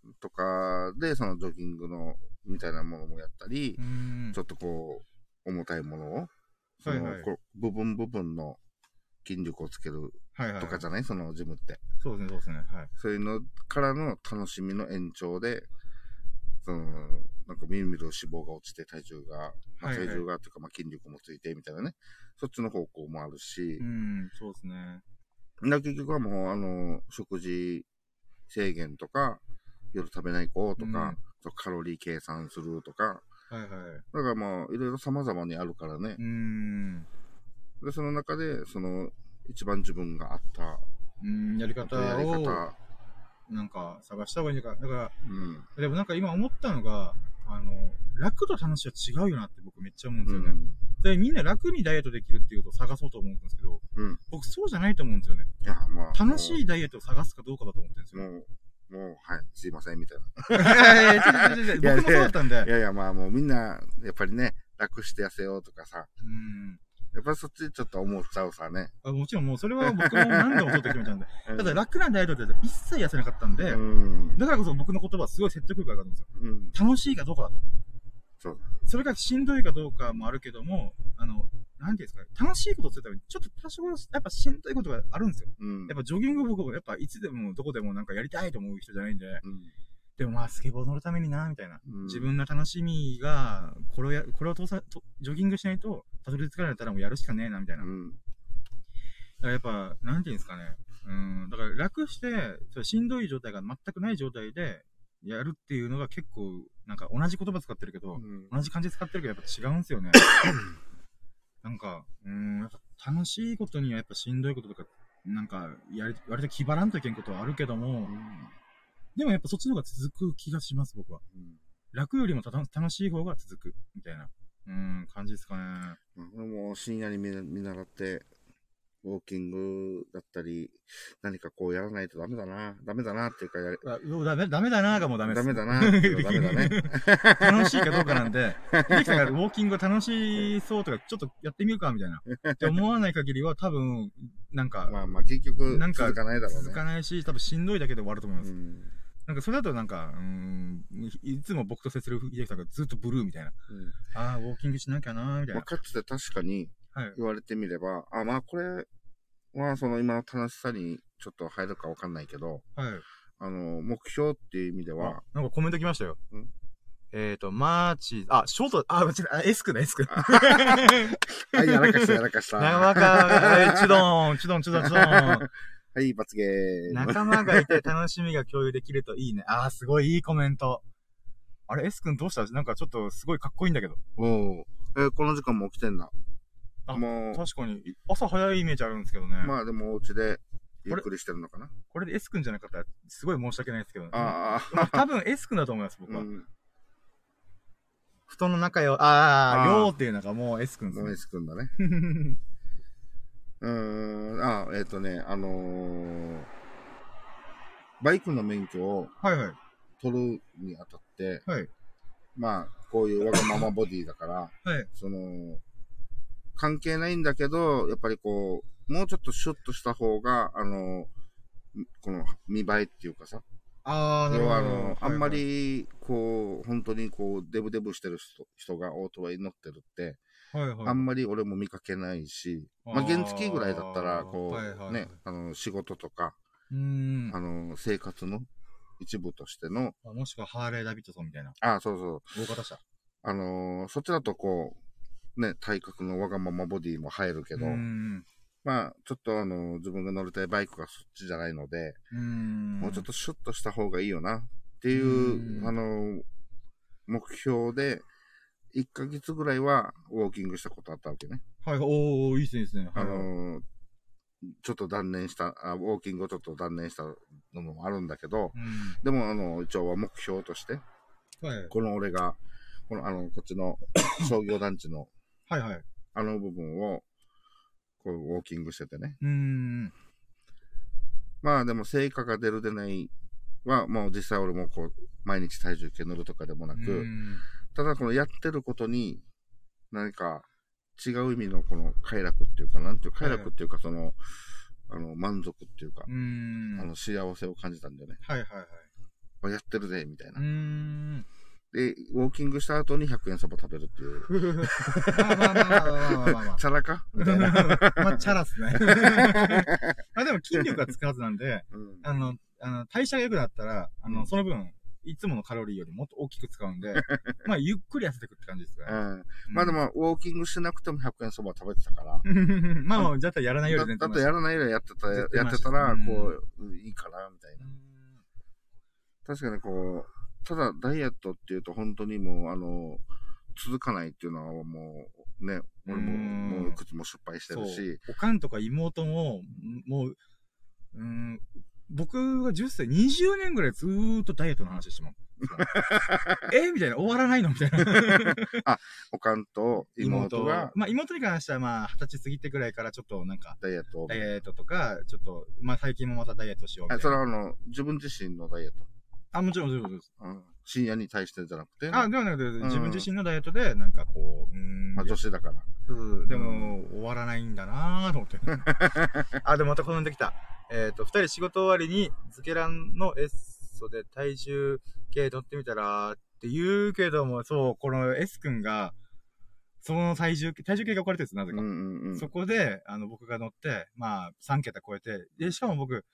Speaker 1: う
Speaker 2: とかで、そのジョギングのみたいなものもやったり
Speaker 1: ー、ん
Speaker 2: ちょ。っとこう、重たいものを、その、
Speaker 1: はいはい
Speaker 2: こう部分部分の筋力をつける
Speaker 1: はいはい
Speaker 2: と。かじゃない、そのジムって。
Speaker 1: そうですね、そうですね。はい。
Speaker 2: そういうのからの楽しみの延長で、その、なんかみるみる脂肪が落ちて体重が、まあ
Speaker 1: はいはい
Speaker 2: 体重がっていうか、まあ筋力もついてみたいなね、そっちの方向もあるし
Speaker 1: うー、ん、そうですね。
Speaker 2: だ結局はもう、あの、食事制限とか、夜食べない子とか、そうカロリー計算するとか、
Speaker 1: はいはい。う
Speaker 2: だからまあ、いろいろ様々にあるからね
Speaker 1: ー。ん。
Speaker 2: で、その中で、その、一番自分があった、
Speaker 1: うん、やり方
Speaker 2: やり
Speaker 1: を、
Speaker 2: 方、
Speaker 1: なんか探した方がいいのか。だか
Speaker 2: うん。
Speaker 1: ら、でもなんか今思ったのが、あの、楽と楽しは違うよなって僕めっちゃ思うんで
Speaker 2: う
Speaker 1: すよね。
Speaker 2: ん。
Speaker 1: で、みんな楽にダイエットできるっていうことを探そうと思うんですけど、
Speaker 2: うん
Speaker 1: 僕そうじゃないと思うんですよね。
Speaker 2: いや、まあ。
Speaker 1: 楽しいダイエットを探すかどうかだと思ってるんですよ。
Speaker 2: もう、もう、はい、すいません、みたいな。
Speaker 1: いやいや違う違う違う
Speaker 2: いや
Speaker 1: 僕もそうだったんで。
Speaker 2: いやいや、まあもうみんな、やっぱりね、楽して痩せようとかさ、
Speaker 1: うん
Speaker 2: やっぱりそっちちょっと思っちゃうさね。
Speaker 1: あもちろんもうそれは僕も何度も取って決めたんで。
Speaker 2: た
Speaker 1: ただ楽なダイエットで一切痩せなかったんで、
Speaker 2: うん。
Speaker 1: だからこそ僕の言葉はすごい説得力があるんですよ。
Speaker 2: うん。
Speaker 1: 楽しいかどうかだと。
Speaker 2: そう
Speaker 1: それがしんどいかどうかもあるけども、あの、なんていうんですかね、楽しいことをするために、ちょっと多少、やっぱしんどいことがあるんですよ。
Speaker 2: うん。
Speaker 1: やっぱジョギング僕も、やっぱいつでもどこでもなんかやりたいと思う人じゃないんで、でもまあスケボー乗るためにな、みたいな。
Speaker 2: うん、
Speaker 1: 自分の楽しみが、これをや、これを通さ、とジョギングしないと、たどり着かれたらもうやるしかねえな、みたいな。
Speaker 2: う
Speaker 1: だか
Speaker 2: ん。
Speaker 1: らやっぱ、なんていうんですかね。うん、だから楽して、それしんどい状態が全くない状態で、やるっていうのが結構、なんか同じ言葉使ってるけど、
Speaker 2: うん
Speaker 1: 同じ感じで使ってるけどやっぱ違うんすよね。 なんか、うーん、やっぱ楽しいことにはやっぱしんどいこととか、なんか、やり、割と気張らんといけんことはあるけども、でもやっぱそっちの方が続く気がします、僕は。
Speaker 2: うん
Speaker 1: 楽よりもたの楽しい方が続く、みたいな、うーん、感じですかね。
Speaker 2: まあ俺も深夜に見見習って、ウォーキングだったり、何かこうやらないとダメだな、ダメだなっていうかやれ、
Speaker 1: うわうわダメ、ダメだなーがもうダメです。
Speaker 2: だなっていうのはダメだね。
Speaker 1: 楽しいかどうかなんで、秀樹さんがウォーキング楽しそうとか、ちょっとやってみるか、みたいな。って思わない限りは多分、なん
Speaker 2: まあ
Speaker 1: か、
Speaker 2: まあ結局
Speaker 1: なんか
Speaker 2: 続かないだろうね。
Speaker 1: 続かないし、多分しんどいだけで終わると思います。
Speaker 2: うん
Speaker 1: なんかそれだとなんか、うーん、いつも僕と接する秀樹さんがずっとブルーみたいな。
Speaker 2: うん
Speaker 1: ああ、ウォーキングしなきゃなー、みたい
Speaker 2: まあ
Speaker 1: な。
Speaker 2: かつて確かに
Speaker 1: はい。
Speaker 2: 言われてみれば、あ、まあこれはその今の楽しさにちょっと入るかわかんないけど、
Speaker 1: はい。
Speaker 2: あの、目標っていう意味では、
Speaker 1: なんかコメント来ましたよ
Speaker 2: ん。
Speaker 1: えっと、マーチ、あ、ショート、あ、間違えた、あエスクだ、エ スク。
Speaker 2: はい、やらかした、やらかした。
Speaker 1: 仲間が、チュドン、チュドン、チュドン、チュ ドン。
Speaker 2: はい、罰ゲーム。
Speaker 1: 仲間がいて楽しみが共有できるといいね。ああ、すごいいいコメント。あれ、S 君どうしたなんかちょっとすごいかっこいいんだけど。
Speaker 2: おうえーこの時間も起きてんだ。
Speaker 1: あ
Speaker 2: もう、
Speaker 1: 確かに、朝早いイメージあるんですけどね。
Speaker 2: まあでもお家でゆっくりしてるのかな。
Speaker 1: これで S 君じゃなかったら、すごい申し訳ないですけどね。
Speaker 2: ああ、
Speaker 1: まあ多分 S 君だと思 います、僕
Speaker 2: う
Speaker 1: は。
Speaker 2: ん、
Speaker 1: 布団の中よ、ああ、
Speaker 2: あー
Speaker 1: よーっていうのがもう S 君です
Speaker 2: ノ
Speaker 1: ね
Speaker 2: イ。スくん だね。
Speaker 1: うん
Speaker 2: うーん、あ、えっ、とね、あのーバイクの免許を
Speaker 1: はいはい。
Speaker 2: 取るにあたって、
Speaker 1: はい。
Speaker 2: まあ、こういうわがままボディだから、
Speaker 1: はい。
Speaker 2: その、関係ないんだけど、やっぱりこう、もうちょっとシュッとした方が、あのーこの見栄えっていうかさ、
Speaker 1: ああ、なる
Speaker 2: 要
Speaker 1: ほど。
Speaker 2: はあの、あんま
Speaker 1: はい
Speaker 2: り、こう、本当にこう、デブデブしてる人人がオートバイに乗ってるって、
Speaker 1: はい、はいはい。
Speaker 2: あんまり俺も見かけないし、まあ、
Speaker 1: あー
Speaker 2: 原付ぐらいだったら、こ、
Speaker 1: はいはいう
Speaker 2: ね、あの、仕事とか、
Speaker 1: うーん。
Speaker 2: あの、生活の一部としての、
Speaker 1: あもしくはハーレー・ダビッドソンみたいな。
Speaker 2: あ、そうそう、
Speaker 1: 大型車。
Speaker 2: あの、そっちだとこう、ね、体格のわがままボディも入るけど、
Speaker 1: うーん。
Speaker 2: まあ、ちょっとあの、自分が乗りたいバイクがそっちじゃないので、
Speaker 1: うーん。
Speaker 2: もうちょっとシュッとした方がいいよなっていう、
Speaker 1: うん
Speaker 2: あの、目標で、1ヶ月ぐらいはウォーキングしたことあったわけね。
Speaker 1: はい、おおいいですね、いいですね。
Speaker 2: あ
Speaker 1: はい
Speaker 2: の、ちょっと断念したあ、ウォーキングをちょっと断念したのもあるんだけど、
Speaker 1: う
Speaker 2: でもあの、一応は目標として、
Speaker 1: ん。はい。
Speaker 2: この俺が、このあの、こっち の商業団地の
Speaker 1: はいはい。う
Speaker 2: あの部分を、こうウォーキングしててね。
Speaker 1: ーん。
Speaker 2: まあでも成果が出る出ないは、もう実際俺もこう、毎日体重計乗るとかでもな
Speaker 1: う
Speaker 2: く、
Speaker 1: ーん
Speaker 2: ただこのやってることに、何か違う意味のこの快楽っていうか、なんていうか快
Speaker 1: はいはい
Speaker 2: 楽っていうか、その、あの、満足っていうか
Speaker 1: う、ーん。
Speaker 2: あ
Speaker 1: はい
Speaker 2: の、幸せを感じたんだよね。
Speaker 1: はいはい。
Speaker 2: あやってるぜ、みたいうな
Speaker 1: ー。ん。
Speaker 2: で、ウォーキングした後に100円そば食べるっていう。
Speaker 1: まあまあまあまあまあ まあまあまあ
Speaker 2: チャラかみたいな。
Speaker 1: まあ、チャラっ すね。まあでも筋力がつくはずなんで、
Speaker 2: うん
Speaker 1: あの、あの代謝が良くなったら、あの、
Speaker 2: うん
Speaker 1: その分、いつものカロリーよりもっと大きく使う んで、まあゆっくり痩せてくって感じですか
Speaker 2: う
Speaker 1: ね。
Speaker 2: んまあでも、ウォーキングしなくても100円そば食べてたから。
Speaker 1: うん。 まあまあ、だったらやらないより全
Speaker 2: だ
Speaker 1: 然
Speaker 2: だとやらないよりやってた、
Speaker 1: 絶
Speaker 2: や
Speaker 1: 対マ
Speaker 2: っ
Speaker 1: シ
Speaker 2: てたら、
Speaker 1: うん
Speaker 2: こう、いいかな、みたいうな。
Speaker 1: ん
Speaker 2: 確かにこう、ただダイエットっていうと本当にもう、あの、続かないっていうのはもう、ね、俺も、
Speaker 1: うん
Speaker 2: もういくつも失敗してるし、
Speaker 1: そうおかんとか妹も、んもう、うん、僕が10歳、20年ぐらいずーっとダイエットの 話してもらうえみたいな、終わらないのみたいな。
Speaker 2: おかんと 妹が
Speaker 1: まあ、妹に関しては、まあ、二十歳過ぎてぐらいから、ちょっとなんか、
Speaker 2: ダイエットを
Speaker 1: ダ。イエットとか、ちょっと、まあ、最近もまたダイエットしようみ
Speaker 2: あ
Speaker 1: た
Speaker 2: そ
Speaker 1: い
Speaker 2: れ
Speaker 1: な。
Speaker 2: はあの、自分自身のダイエット。
Speaker 1: あ、もちろん、もちろんもちろんです。
Speaker 2: うん深夜に対してじゃなくて、
Speaker 1: あ、ではなく
Speaker 2: ん
Speaker 1: て、自分自身のダイエットで、なんかこう、うーん、
Speaker 2: まあ女子だから。
Speaker 1: うんでも、終わらないんだなぁと思って。 あ、でもまたコメント来た。えっ、と、二人仕事終わりに、ズケランのエッソで体重計乗ってみたら、って言うけども、そう、この S 君が、その体重計、体重計が置かれてるんです、なぜ
Speaker 2: うん
Speaker 1: か。
Speaker 2: うんうん。
Speaker 1: そこで、あの、僕が乗って、まあ、3桁超えて、で、しかも僕、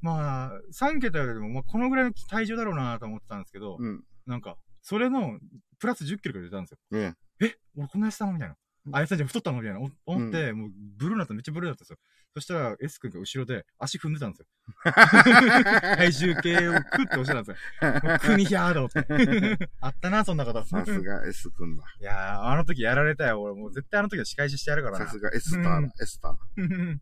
Speaker 1: まあ、3桁よりも、まあ、このぐらいの体重だろうなと思ってたんですけど、
Speaker 2: うん。
Speaker 1: なんか、それの、プラス10キロくらい出たんですよ。
Speaker 2: ね
Speaker 1: え、俺こんな痩せたのみたいな。あ、痩せたじゃん、太ったのみたいな。お思って、もう、ブルーになった、めっちゃブルーだったんですよ。そしたら、S 君が後ろで足踏んでたんです よ。体重計をクッて押してたんですよ。もう国ひゃーと思 って。あったな、そんなこと。
Speaker 2: さす
Speaker 1: い
Speaker 2: が S 君だ。
Speaker 1: やー、あの時やられたよ。俺もう絶対あの時は仕返ししてやるからな。
Speaker 2: さすが S ターだ、
Speaker 1: うん
Speaker 2: S ター。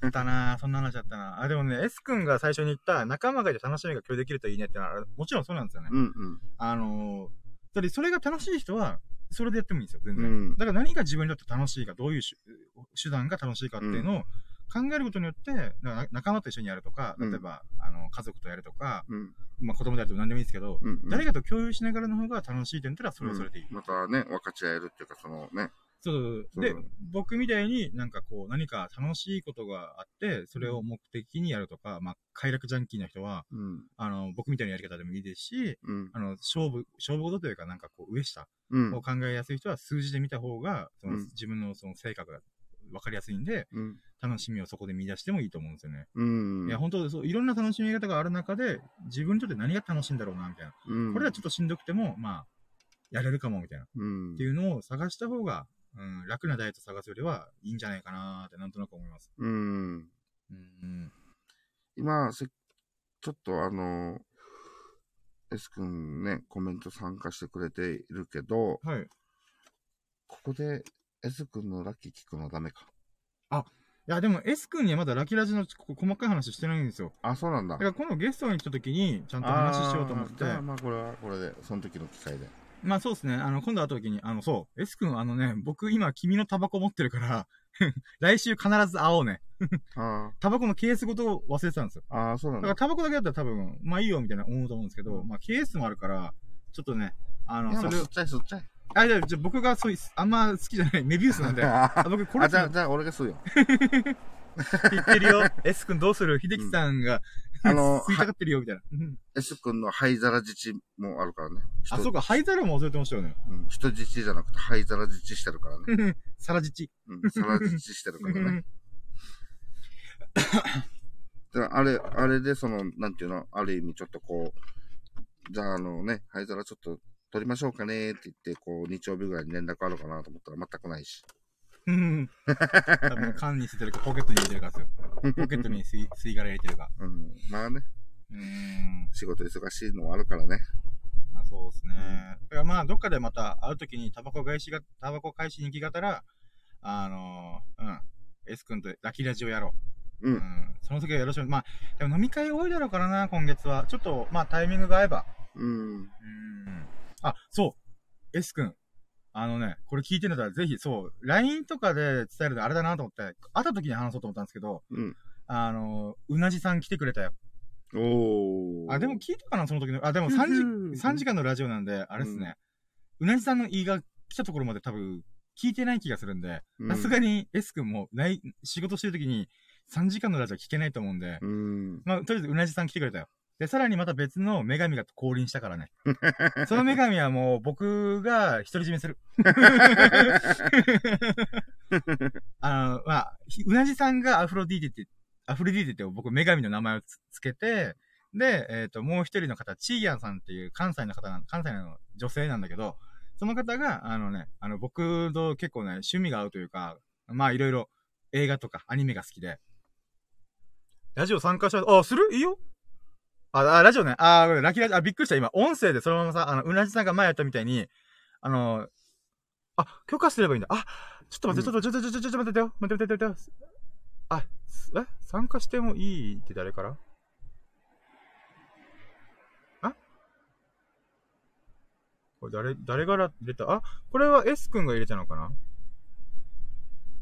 Speaker 1: あったなそんな話あったなあ、でもね、S 君が最初に言った仲間がいて楽しみが共有できるといいねってのは、もちろんそうなんですよね。
Speaker 2: うんうん。
Speaker 1: あのー、だってそれが楽しい人は、それでやってもいいんですよ、全然。
Speaker 2: うん
Speaker 1: だから何が自分にとって楽しいか、どういう手手段が楽しいかっていうのを考えることによって、だから仲間と一緒にやるとか、
Speaker 2: う
Speaker 1: 例
Speaker 2: ん
Speaker 1: えば、あの、家族とやるとか、
Speaker 2: うん。
Speaker 1: まあ子供でやると何でもいいですけど、
Speaker 2: うん。
Speaker 1: 誰
Speaker 2: が
Speaker 1: かと共有しながらの方が楽しいってなったら、それはそれでいい。
Speaker 2: またね、分かち合えるっていうか、そのね。
Speaker 1: そうそうそう。
Speaker 2: そう
Speaker 1: で、僕みたいになんかこう、何か楽しいことがあって、それを目的にやるとか、まあ、快楽ジャンキーな人は、
Speaker 2: うん。
Speaker 1: あの、僕みたいなやり方でもいいですし、
Speaker 2: うん。
Speaker 1: あの、勝負、勝負事というか、なんかこう、上下
Speaker 2: うん
Speaker 1: を。考えやすい人は数字で見た方が、その
Speaker 2: うん
Speaker 1: 自分のその性格が分かりやすいんで、
Speaker 2: うん。
Speaker 1: 楽しみをそこで見出してもいいと思うんですよね。
Speaker 2: うん。
Speaker 1: いや、本当そう、いろんな楽しみ方がある中で、自分にとって何が楽しいんだろうな、みたいな。
Speaker 2: うん、
Speaker 1: これはちょっとしんどくても、まあ、やれるかも、みたいな。
Speaker 2: うん。
Speaker 1: っていうのを探した方が、うん、楽なダイエット探すよりはいいんじゃないかなーってなんとなく思います。
Speaker 2: うん。
Speaker 1: うん。
Speaker 2: 今、せちょっとあの、S 君ね、コメント参加してくれているけど、
Speaker 1: はい。い
Speaker 2: ここで S 君のラッキー聞くのダメか。
Speaker 1: や、でも S 君にはまだラキラジのここ細かい話してないんですよ。
Speaker 2: あ、そうなんだ
Speaker 1: だか。ら今度ゲストに来た時にちゃんと話しようと思っ
Speaker 2: あーじ。
Speaker 1: て
Speaker 2: ゃあまあこれはこれで、その時の機会で。
Speaker 1: まあそうですね。あの、今度会った時に、あの、そう。S 君、あのね、僕今君のタバコ持ってるから、 来週必ず会おうね。
Speaker 2: あ
Speaker 1: タバコのケースごと忘れてたんですよ。
Speaker 2: あ、ああ、そうな
Speaker 1: だ
Speaker 2: ん
Speaker 1: から
Speaker 2: だ。
Speaker 1: タバコだけだったら多分、まあいいよみたいな思うと思うんですけど、
Speaker 2: うん
Speaker 1: まあケースもあるから、ちょっとね、あ
Speaker 2: い
Speaker 1: の、
Speaker 2: や、も
Speaker 1: そうれ
Speaker 2: そ
Speaker 1: を
Speaker 2: っ、ちゃいそっちゃい。
Speaker 1: あ、じゃあじゃあ僕がそうい、あんま好きじゃない、メビウスなんで。
Speaker 2: あ
Speaker 1: あ、僕、これ
Speaker 2: あ、じ
Speaker 1: じゃ
Speaker 2: ゃ
Speaker 1: っ
Speaker 2: あ、じゃあ俺が吸 うよ。
Speaker 1: て言ってるよ。S 君どうする秀樹さんが、
Speaker 2: あの、
Speaker 1: 吸いたが
Speaker 2: は
Speaker 1: ってるよ、みたいな。うん。
Speaker 2: S 君の灰皿自治もあるからね。
Speaker 1: あ、そう
Speaker 2: か。
Speaker 1: か、灰皿も忘れてましたよね。
Speaker 2: うん人自治じゃなくて灰皿自治してるからね。
Speaker 1: サラジチ。
Speaker 2: うん、皿自治してるからね。だからあれ、あれで、その、なんていうの、ある意味ちょっとこう、じゃああのね、灰皿ちょっと取りましょうかねって言って、こう、日曜日ぐらいに連絡あるかなと思ったら全くないし。
Speaker 1: うん。多分、缶に捨ててるか、ポケットに入れてるかですよ。ポケットに吸い、吸い殻入れてるか。
Speaker 2: うん、まあね、
Speaker 1: うーん。
Speaker 2: 仕事忙しいのもあるからね。
Speaker 1: まあ、そうですね。だからまあ、どっかでまた会うときに、タバコ返しが、タバコ返しに行きがたら、あのー、うん。S 君とラキラジオやろう。
Speaker 2: う、
Speaker 1: うんん、その時はよろしく。まあ、でも飲み会多いだろうからな、今月は。ちょっと、まあ、タイミングが合えば。
Speaker 2: うん、
Speaker 1: うん。あ、そう。S 君。あのね、これ聞いてんだったら、ぜひ、そう、LINE とかで伝えるのあれだなと思って、会った時に話そうと思ったんですけど、
Speaker 2: うん。
Speaker 1: あの、うなじさん来てくれたよ。
Speaker 2: おー。
Speaker 1: あ、でも聞いたかな、その時の。あ、でも
Speaker 2: う
Speaker 1: 3
Speaker 2: ん
Speaker 1: 時、3時間のラジオなんで、あれっすね。うなじさんの言いが来たところまで多分、聞いてない気がするんで、
Speaker 2: うん、
Speaker 1: さすがに S 君も、ない、仕事してる時に、3時間のラジオ聞けないと思うんで、
Speaker 2: うん。
Speaker 1: まあ、とりあえず、うなじさん来てくれたよ。で、さらにまた別の女神が降臨し たからね。その女神はもう僕が独り占 めする。あの、まあ、ひうなじさんがアフロディーテって、アフロディーテって僕女神の名前をつつけて、で、えっ、と、もう一人の方、チーヤンさんっていう関西の方なん、関西の女性なんだけど、その方が、あのね、あの、僕と結構ね、趣味が合うというか、まあ、いろいろ映画とかアニメが好きで。ラジオ参加した、あ、するいいよあ、あラジオね。あ、ラキラジ、あ、びっくりした。今、音声でそのままさ、あの、うなじさんが前やったみたいに、あの、あ、許可すればいいんだ。あ、ちょっと待って、ちょっと、ちょっと、ちょっと、ちょっと待っててよ。待って待って待って待って。あ、すえ参加してもいいって誰からあこれ誰、誰が入れたあ、これは S 君が入れたのかな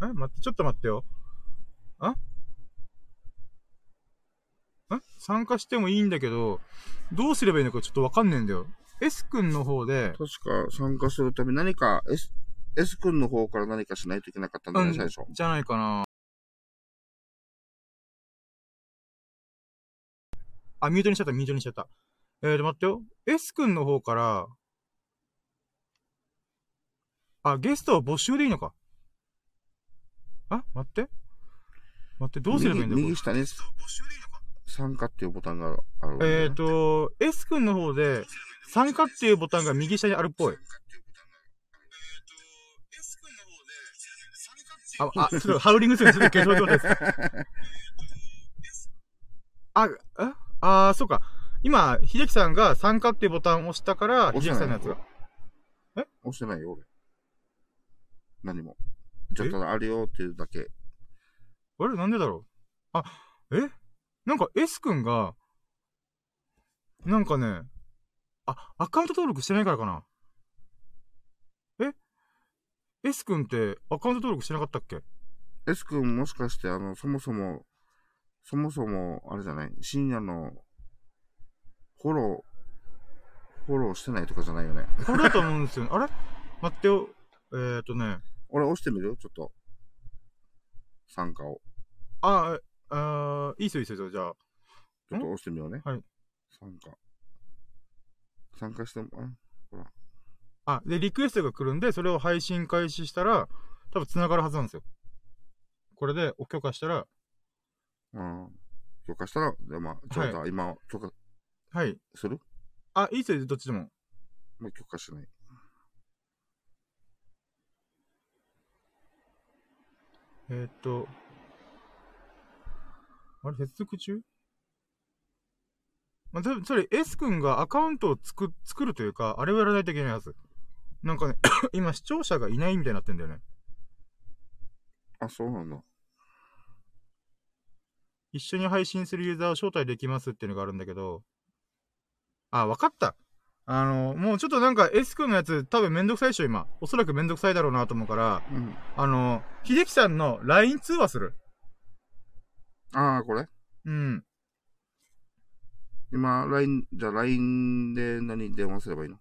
Speaker 1: え待って、ちょっと待ってよ。あえ参加してもいいんだけど、どうすればいいのかちょっとわかんねえんだよ。S 君の方で、
Speaker 2: 確か参加するために何か S、S 君の方から何かしないといけなかったんじゃない最初。
Speaker 1: じゃないかな。あ、ミュートにしちゃった、ミュートにしちゃった。えーと、待ってよ。S 君の方から、あ、ゲストを募集でいいのか。あ、待って。待って、どうすればいいんだよ、
Speaker 2: 右
Speaker 1: こ
Speaker 2: 右下
Speaker 1: れ
Speaker 2: に
Speaker 1: 募集でいいのか
Speaker 2: 参加っていうボタンがある、
Speaker 1: えー、と、S 君の方で、参加っていうボタンが右下にあるっぽい。あ、あ、ちょっとハウリングするのちょっと化粧状態です。あ、えあー、そうか。今、秀樹さんが参加っていうボタンを押したから、秀
Speaker 2: 押し
Speaker 1: 樹
Speaker 2: て
Speaker 1: さ
Speaker 2: ない
Speaker 1: んのやつが。
Speaker 2: 押してないよ、俺。何も。ちょっとあるよっていうだけ。
Speaker 1: あれなんでだろうあ、えなんか S 君が、なんかね、あ、アカウント登録してないからかな。え S 君ってアカウント登録してなかったっけ
Speaker 2: S 君もしかして、あの、そもそも、そもそも、あれじゃない、深夜の、フォロー、フォローしてないとかじゃないよね。
Speaker 1: これだと思うんですよね。あれ待ってよ。えっ、ー、とね。
Speaker 2: 俺押してみるよ、ちょっと。参加を。
Speaker 1: あ、あーいいっすよ、いいっすよ、じゃあ。
Speaker 2: ちょっと押してみようね。
Speaker 1: はい。
Speaker 2: 参加。参加しても、あ
Speaker 1: あ、で、リクエストが来るんで、それを配信開始したら、多分繋がるはずなんですよ。これで、お許可したら、
Speaker 2: うん。許可したら、じゃあまあ、ちょっと、今、許可
Speaker 1: はい。
Speaker 2: する
Speaker 1: あ、いいっすよ、どっちでも。
Speaker 2: もう許可しない。
Speaker 1: えーっと、あれ、接続中まあ、多分それ S 君がアカウントを作、作るというか、あれをやらないといけないはず。なんかね、 今視聴者がいないみたいになってんだよね。
Speaker 2: あ、そうなんだ。
Speaker 1: 一緒に配信するユーザーを招待できますっていうのがあるんだけど、あ、わかった。あの、もうちょっとなんか S 君のやつ多分めんどくさいでしょ、今。おそらくめんどくさいだろうなと思うから、
Speaker 2: うん。
Speaker 1: あの、秀樹さんの LINE 通話する。
Speaker 2: ああ、これ
Speaker 1: うん。
Speaker 2: 今、LINE、じゃあ LINE で何電話すればいいの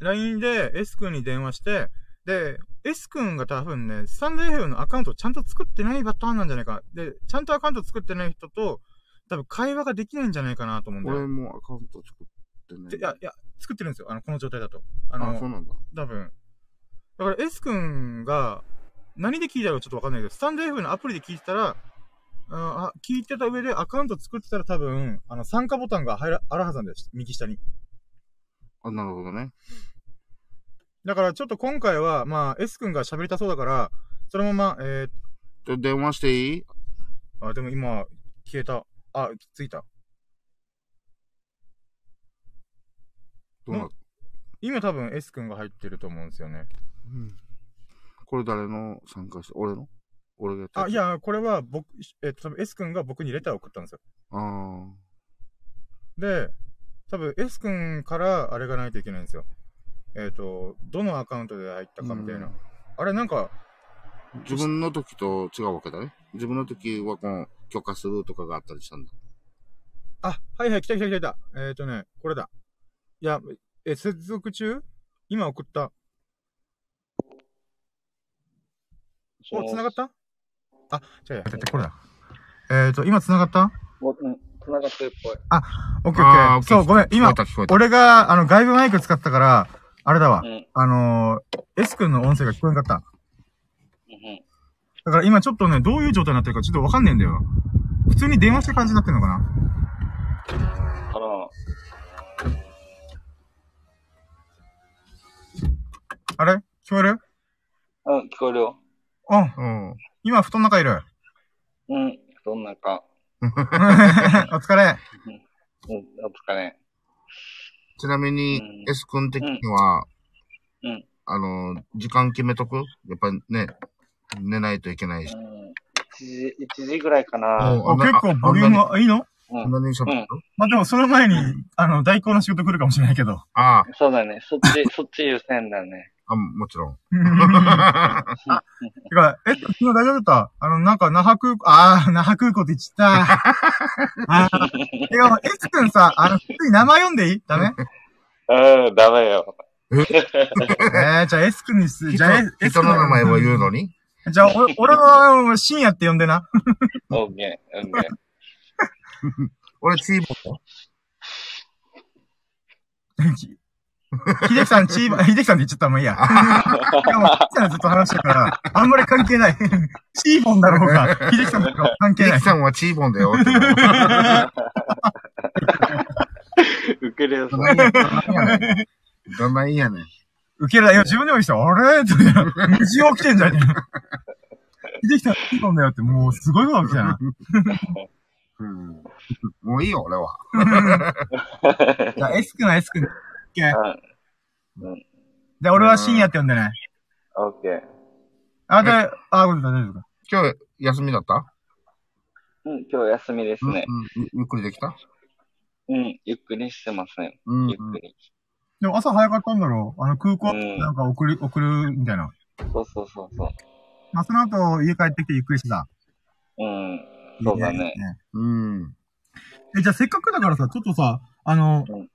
Speaker 1: LINE で S 君に電話して、で、S 君が多分ね、スタンド FM のアカウントをちゃんと作ってないパターンなんじゃないか。で、ちゃんとアカウント作ってない人と、多分会話ができないんじゃないかなと思うんだ
Speaker 2: 俺
Speaker 1: よ。
Speaker 2: もアカウント作ってね。
Speaker 1: でいや、いや、作ってるんですよ。あの、この状態だと。あの、
Speaker 2: あ、そうなんだ。
Speaker 1: 多分。だから S 君が、何で聞いたかちょっとわかんないけど、スタンド F のアプリで聞いてたら、うんあ聞いてた上でアカウント作ってたら多分、あの、参加ボタンが入らあるはずなんです。右下に。
Speaker 2: あ、なるほどね。
Speaker 1: だからちょっと今回は、まあ、S 君が喋りたそうだから、そのまま、え
Speaker 2: ちょ電話していい
Speaker 1: ー、あ、でも今、消えた。あ、ついた。
Speaker 2: どうな
Speaker 1: う今多分 S 君が入ってると思うんですよね。
Speaker 2: うん。これ誰の参加して、俺の俺がやったや
Speaker 1: あ、
Speaker 2: つ
Speaker 1: い。や、これは僕、えっと、多分 S 君が僕にレターを送ったんですよ。
Speaker 2: ああ。
Speaker 1: で、多分 S 君からあれがないといけないんですよ。えっ、と、どのアカウントで入ったかみたいな。
Speaker 2: うん
Speaker 1: あれなんか、
Speaker 2: 自分の時と違うわけだね。自分の時はこの許可するとかがあったりしたんだ。
Speaker 1: あ、はいはい、来た来た来た来た。えっ、とね、これだ。いや、え、接続中今送った。お、繋がったあ、違う違う、待ってこれだ。えっ、と、今繋がった
Speaker 3: おうん繋がってるっぽい。
Speaker 1: オッケーオッケー。そう、ごめん。今、
Speaker 2: 聞こえた。
Speaker 1: 俺が、あの、外部マイク使ってたから、あれだわ
Speaker 3: う。ん。
Speaker 1: あのー、S 君の音声が聞こえなかった。
Speaker 3: うん
Speaker 1: だから今ちょっとね、どういう状態になってるかちょっとわかんねえんだよ。普通に電話した感じになってるのかな
Speaker 3: かな
Speaker 1: あれ聞こえる
Speaker 3: うん、聞こえるよ。
Speaker 1: うん。
Speaker 2: うん。
Speaker 1: 今、布団の中いる。
Speaker 3: うん。どんなか。
Speaker 1: お疲れ。
Speaker 3: うん、お疲れ。
Speaker 2: ちなみに
Speaker 3: うん、
Speaker 2: S 君的には、
Speaker 3: うん
Speaker 2: あの、時間決めとくやっぱね、寝ないといけないし
Speaker 3: う。ん。1時、1時ぐらいかな。
Speaker 2: お
Speaker 1: あ結構ボリュームはいいの
Speaker 3: う
Speaker 2: あん
Speaker 3: ん。
Speaker 2: なに喋る、
Speaker 3: うん
Speaker 1: まあ、でもその前に、あの、代行の仕事来るかもしれないけ ど。
Speaker 2: ああ
Speaker 3: そうだね。そっ ち、そっち優先だね。
Speaker 2: あ、もちろ ん。
Speaker 1: てか、え、昨日大丈夫だったあの、なんか、那覇空港、あー、那覇空港って言っちゃ った。あー。てか、エツくんさ、あの、普通に名前読んでいいダ メ
Speaker 3: うん、ダメよ。
Speaker 1: えー、じゃあエツくんにす、じ
Speaker 2: 人
Speaker 1: ゃあエエツ
Speaker 2: 人
Speaker 1: 君
Speaker 2: の名前を言うのに
Speaker 1: じゃあ、お俺は、深夜って呼んでな。
Speaker 3: オーケー、オーケー。
Speaker 2: 俺、チーボ
Speaker 1: ひ秀樹さん、チーバ、 秀樹さんって言っちゃったらもういいや。いやもう、秀樹さんずっと話してるから、あんまり関係ない。チーボンだろうが、 秀樹さんだろうが関係
Speaker 2: ー。
Speaker 1: な
Speaker 2: リ
Speaker 1: い
Speaker 2: キ。さんはチーボンだよっていうの。
Speaker 3: ウケるよ、そ
Speaker 2: どん
Speaker 3: れ
Speaker 2: なんやねん。どんなんやねん。
Speaker 1: 受けるないや、自分でもいい人、あれって、無事起きてんじゃねえ。秀樹さん、チーボンだよって、もう、すごいこと起きたな。
Speaker 2: うんもういいよ、俺は。
Speaker 1: じゃあ、S 君は S 君。で、俺
Speaker 2: 俺
Speaker 1: は
Speaker 2: は
Speaker 1: 深
Speaker 2: 深
Speaker 1: 夜
Speaker 2: 夜
Speaker 1: って呼んでね。
Speaker 3: うん、オーケー。
Speaker 1: あ、で、あ、ごめんなさい、大丈夫か。
Speaker 2: 今日、休みだった
Speaker 3: うん、今日休みですね。
Speaker 2: うんうんゆゆっくりできた
Speaker 3: うん、ゆっくりしてますね。
Speaker 2: うんう
Speaker 3: ゆっ
Speaker 2: ん
Speaker 3: くり。
Speaker 1: でも朝早かったんだろうあの空港、
Speaker 3: うん
Speaker 1: なんか送り、送るみたいな。
Speaker 3: そうそうそうそ
Speaker 1: まあ、その後、家帰ってきてゆっくりしてた。
Speaker 3: う。うん。そうだね
Speaker 1: いいいい
Speaker 2: うん。
Speaker 1: え、じゃあせっかくだからさ、ちょっとさ、あの、
Speaker 3: うん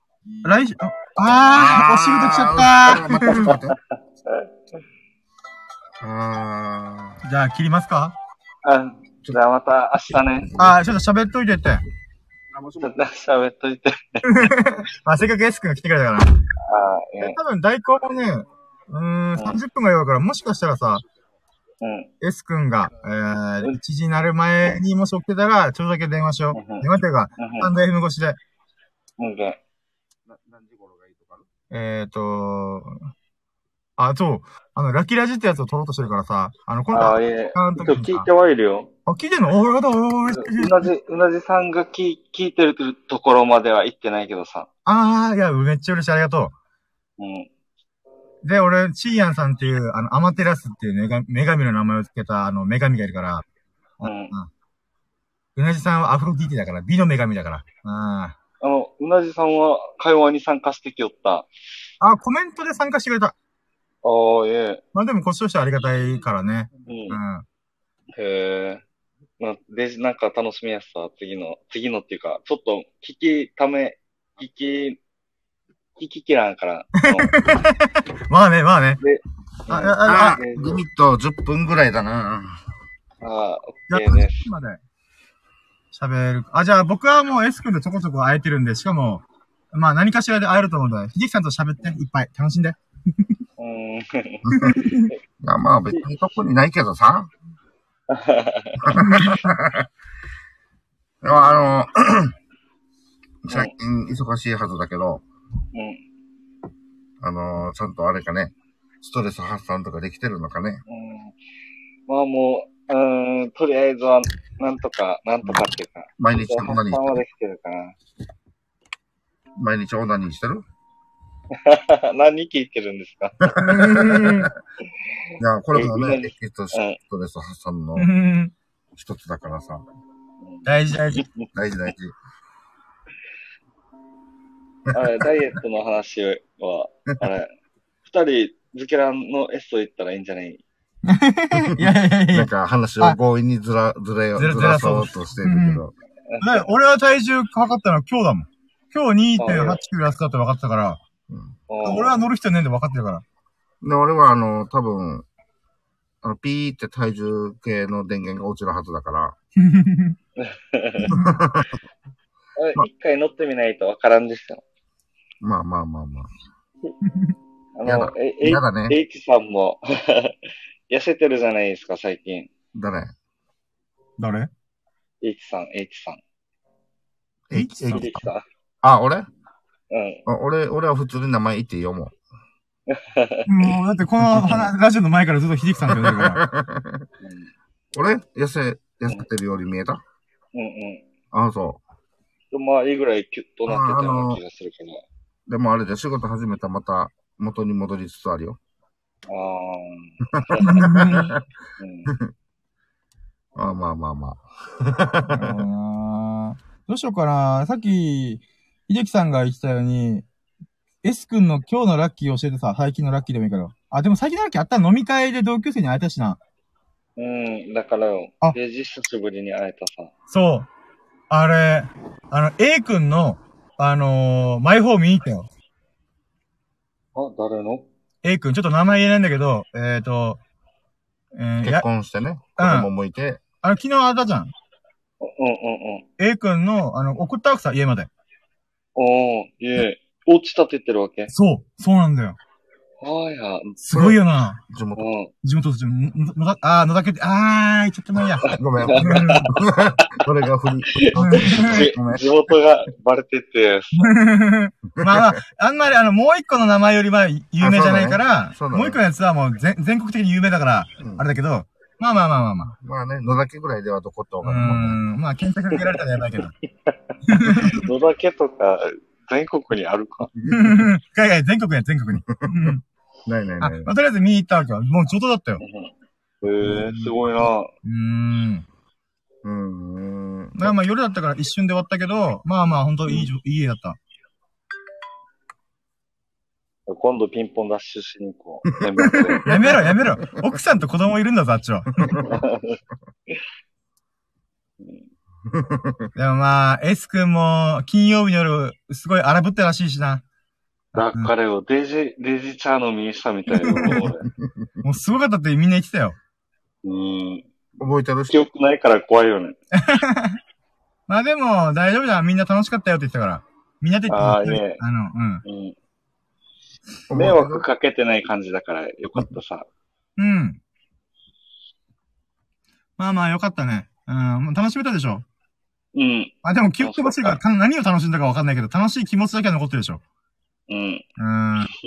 Speaker 1: 来週、ああー、お仕
Speaker 2: ったー。待
Speaker 1: 事来ちゃ
Speaker 2: って待って待ってあ
Speaker 1: ったじゃあ切りますか
Speaker 3: あ、じゃあまた明日ね。
Speaker 1: ああ、ちょっと喋っといてって。
Speaker 3: ちょっと喋っといて。
Speaker 1: まあ、せっかく S 君が来てくれたから。
Speaker 3: あー
Speaker 1: 多分代行もね、うーん、30分が弱いから、もしかしたらさ、
Speaker 3: うん。
Speaker 1: S 君が、えー、1時になる前にもし起きてたら、ちょっとだけ電話しよ
Speaker 3: うんうん
Speaker 1: う。電話っていうか、
Speaker 3: うん。
Speaker 1: スタンド FM 越しで。
Speaker 3: うん。OK。
Speaker 2: ー。何時頃がいいとか
Speaker 1: えーと、あ、そう、あの、ラキラジってやつを撮ろうとしてるからさ、あの、今度
Speaker 3: ああ、
Speaker 1: は、
Speaker 3: いえ。
Speaker 1: あの
Speaker 3: 今
Speaker 1: 時
Speaker 3: 日
Speaker 1: に
Speaker 3: 聞
Speaker 1: さ
Speaker 3: いてはいるよ。
Speaker 1: あ、聞いてんのおー、よかった、おー、嬉しいう
Speaker 3: なじ、うなじさんが聞い聞いてるところまでは行ってないけどさ。
Speaker 1: あー、いや、めっちゃ嬉しい、ありがと
Speaker 3: うん。
Speaker 1: う。で、俺、シーヤンさんっていう、あの、アマテラスっていう女神女神の名前を付けた、あの、女神がいるから、
Speaker 3: うん。
Speaker 1: うなじさんはアフロディーテだから、美の女神だから。あ
Speaker 3: あの、うなじさんは会話に参加してきよった。
Speaker 1: あ、コメントで参加してくれた。
Speaker 3: ああ、いえ。
Speaker 1: まあでも、こっちとしてはありがたいからね。
Speaker 3: うん
Speaker 1: う。ん。
Speaker 3: へえ。な、で、なんか楽しみやすさ、次の、次のっていうか、ちょっと聞きため、聞き、聞ききらんから。
Speaker 1: まあね、まあね。
Speaker 3: あ
Speaker 1: あ
Speaker 3: のうん
Speaker 1: あ
Speaker 2: あ
Speaker 1: あ
Speaker 2: ー、リミット10分ぐらいだな。
Speaker 3: あー、
Speaker 1: やっ
Speaker 3: OK
Speaker 1: と
Speaker 3: です。
Speaker 1: まで喋る。あ、じゃあ僕はもう S 君とちょこちょこ会えてるんで、しかも、まあ何かしらで会えると思うんで、秀樹さんと喋って、いっぱい楽しんで。
Speaker 3: うーん。
Speaker 2: いや、まあ別に特にないけどさ。 でもあの、最近忙しいはずだけど、
Speaker 3: うん。
Speaker 2: あの、ちゃんとあれかね、ストレス発散とかできてるのかね。
Speaker 3: うん。まあもう、うーん、とりあえずは、なんとか、なんとかっていうか。
Speaker 2: 毎日オナニー
Speaker 3: ま
Speaker 2: して
Speaker 3: で
Speaker 2: る。
Speaker 3: きてるか
Speaker 2: 毎日オナニーしてる
Speaker 3: な。 何聞いてるんですか
Speaker 2: いや、これも
Speaker 3: え
Speaker 2: ね、
Speaker 3: え
Speaker 2: えっと、ストレス発散の
Speaker 1: うん
Speaker 2: 一つだからさ、
Speaker 1: 大事大事。
Speaker 2: 大事大事。
Speaker 3: あれ、ダイエットの話は、あれ、二人、ズキランの S と言ったらいいんじゃない
Speaker 1: いやいやいやい
Speaker 2: な
Speaker 1: や
Speaker 2: ん。か話を強引にずら、ずれ、
Speaker 1: ずら
Speaker 2: ずらそうとしてるけど。
Speaker 1: だ俺は体重測ったのは今日だもん。今日2.8キロ痩せたって分かってたから、
Speaker 3: うん
Speaker 1: 俺は乗る必要ねえんで分かってるから。
Speaker 2: で、俺はあの、多分、あの、ピーって体重計の電源が落ちるはずだから、
Speaker 3: あれ一回乗ってみないとわからんですよ。
Speaker 2: まあまあまあまあ。
Speaker 3: あ
Speaker 2: や
Speaker 3: の
Speaker 2: だ、
Speaker 3: え、え
Speaker 2: 嫌、だね。
Speaker 3: H さんも、 痩せてるじゃないですか、最近。
Speaker 2: 誰
Speaker 1: 誰
Speaker 3: H さん、H さん。
Speaker 2: え、え
Speaker 1: H さん、
Speaker 3: H さ
Speaker 2: あ、俺あ
Speaker 3: ん。うん。
Speaker 2: 俺、俺は普通に名前言っていいよ、も
Speaker 1: もう、だってこの話ラジオの前からずっと秀樹さんって呼んでるから。
Speaker 2: う。俺痩せ、痩せてるように見えた
Speaker 3: うんうん
Speaker 2: あ、そ
Speaker 3: うん。まあ、いいぐらいキュッとなってたような気がするけど。
Speaker 2: う。でもあれで仕事始めたらまた元に戻りつつあるよ。
Speaker 3: ああ ー、うん。
Speaker 2: あまあまあまあ。
Speaker 1: あーどうしようかな。さっき、秀樹さんが言ってたように、S 君の今日のラッキー教えてさ、最近のラッキーでもいいから。あ、でも最近のラッキーあったら飲み会で同級生に会えたしな。
Speaker 3: うん、だからよ
Speaker 1: あ。
Speaker 3: で、久しぶりに会えたさ。
Speaker 1: そう。あれ、あの、A 君の、あのー、マイホーム見に行ったよ。
Speaker 3: あ、誰の
Speaker 1: A 君、ちょっと名前言えないんだけど、えっ、ー、と、えー、い
Speaker 2: 結
Speaker 1: や、
Speaker 2: 婚してね、
Speaker 1: う
Speaker 2: 子
Speaker 1: ん
Speaker 2: 供もいて、
Speaker 1: あの、昨日会ったじゃん。
Speaker 3: うんうんうん。
Speaker 1: A 君の、あの、送ったわけさ、家まで。
Speaker 3: おー、いえ。落ちたって言ってるわけ
Speaker 1: そう、そうなんだよ。
Speaker 3: はいはい。
Speaker 1: すごいよな。
Speaker 2: 地元。
Speaker 3: うん。
Speaker 1: 地元として、のののあー、野田家って、あー、言っちゃってもいい や。
Speaker 2: ごめん。
Speaker 1: うん
Speaker 2: 俺が振り。
Speaker 3: じ
Speaker 2: ごめん
Speaker 3: 地元がバレ てて、
Speaker 1: まあまあ、あんまりあの、もう一個の名前よりは有名じゃないから
Speaker 2: あ、そうだねそうだね
Speaker 1: もう一個のやつはもう全全国的に有名だから、
Speaker 2: うん
Speaker 1: あれだけど、まあまあまあまあまあ。
Speaker 2: まあね、野崎ぐらいではどこってわ
Speaker 1: う
Speaker 2: かるもんね。
Speaker 1: ーん、まあ検索かけられたらや ばいけど。
Speaker 3: 野田家とか全国にあるか。
Speaker 1: 海外全国や、全国に。うん
Speaker 2: ないないな
Speaker 1: あ、
Speaker 2: い。
Speaker 1: まあとりあえず見に行ったわけよ。もう上等だったよ。
Speaker 3: へえ、すごいな。
Speaker 1: うーん。
Speaker 2: うんうん。
Speaker 1: まあまあ夜だったから一瞬で終わったけど、まあまあ本当いいじょ、いい家だった。
Speaker 3: え今度ピンポンダッシュしに行こ う。メンバーで
Speaker 1: やめろ、やめろ。奥さんと子供いるんだぞ、あっちは。でもまあ、S 君も金曜日の夜、すごい荒ぶってらしいしな。
Speaker 3: だからよ、デジ、デジチャーの右下みたいなもう
Speaker 1: もうすごかったってみんな言ってたよ。
Speaker 3: 俺。うん。
Speaker 2: 覚えてる
Speaker 3: 記
Speaker 2: 人
Speaker 3: 憶ないから怖いよね。
Speaker 1: まあでも、大丈夫だ。みんな楽しかったよって言ってたから。みんなで言って言ってる
Speaker 3: あーいいね
Speaker 1: あの、うん。
Speaker 3: うん。迷惑かけてない感じだからよかったさ。
Speaker 1: うん。まあまあ、よかったね。うん、もう楽しめたでしょ。
Speaker 3: うん。
Speaker 1: まあでも、記憶がしいから、た何を楽しんだかわかんないけど、楽しい気持ちだけは残ってるでしょ。
Speaker 3: うん。
Speaker 1: うん。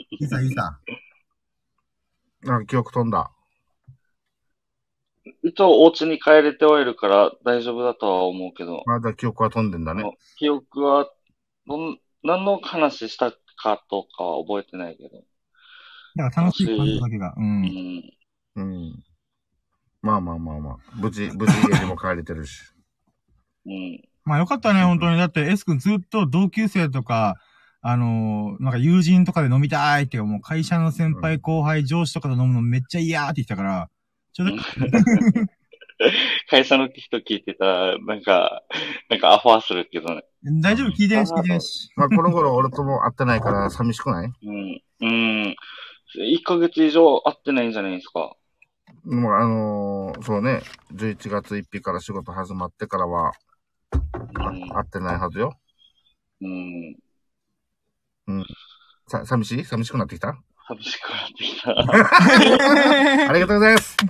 Speaker 1: いいさ、いいさ。
Speaker 2: あ、記憶飛んだ。
Speaker 3: 一応お家に帰れてはいるから大丈夫だとは思うけど、
Speaker 2: あ、じゃあ記憶は飛んでんだ
Speaker 3: あ
Speaker 2: ね。
Speaker 3: の記憶はどん、何の話したかとかは覚えてないけど。
Speaker 1: だから楽しい感じだけが。う。
Speaker 3: うんん。
Speaker 2: うん。まあまあまあまあ。無事、無事家にも帰れてるし。
Speaker 3: うん。
Speaker 1: まあよかったね、本当に。だって S 君ずっと同級生とか、あのーなんか友人とかで飲みたいって、もう会社の先輩、後輩、上司とかと飲むのめっちゃ嫌って言ってたから、ちょうど、
Speaker 3: 会社の人聞いてたら、なんか、なんかアファーするけどね。
Speaker 1: 大丈夫聞いてるし、聞いてるし。
Speaker 2: まあこの頃俺とも会ってないから寂しくない
Speaker 3: うん。うん。1ヶ月以上会ってないんじゃないですか。
Speaker 2: でもあのーそうね、11月1日から仕事始まってからは
Speaker 3: うん。
Speaker 2: 会ってないはずよ。
Speaker 3: うん。
Speaker 2: さ、寂しい寂しくなってきた
Speaker 3: 寂しくなってきた。
Speaker 2: ありがとうござい ます
Speaker 3: あ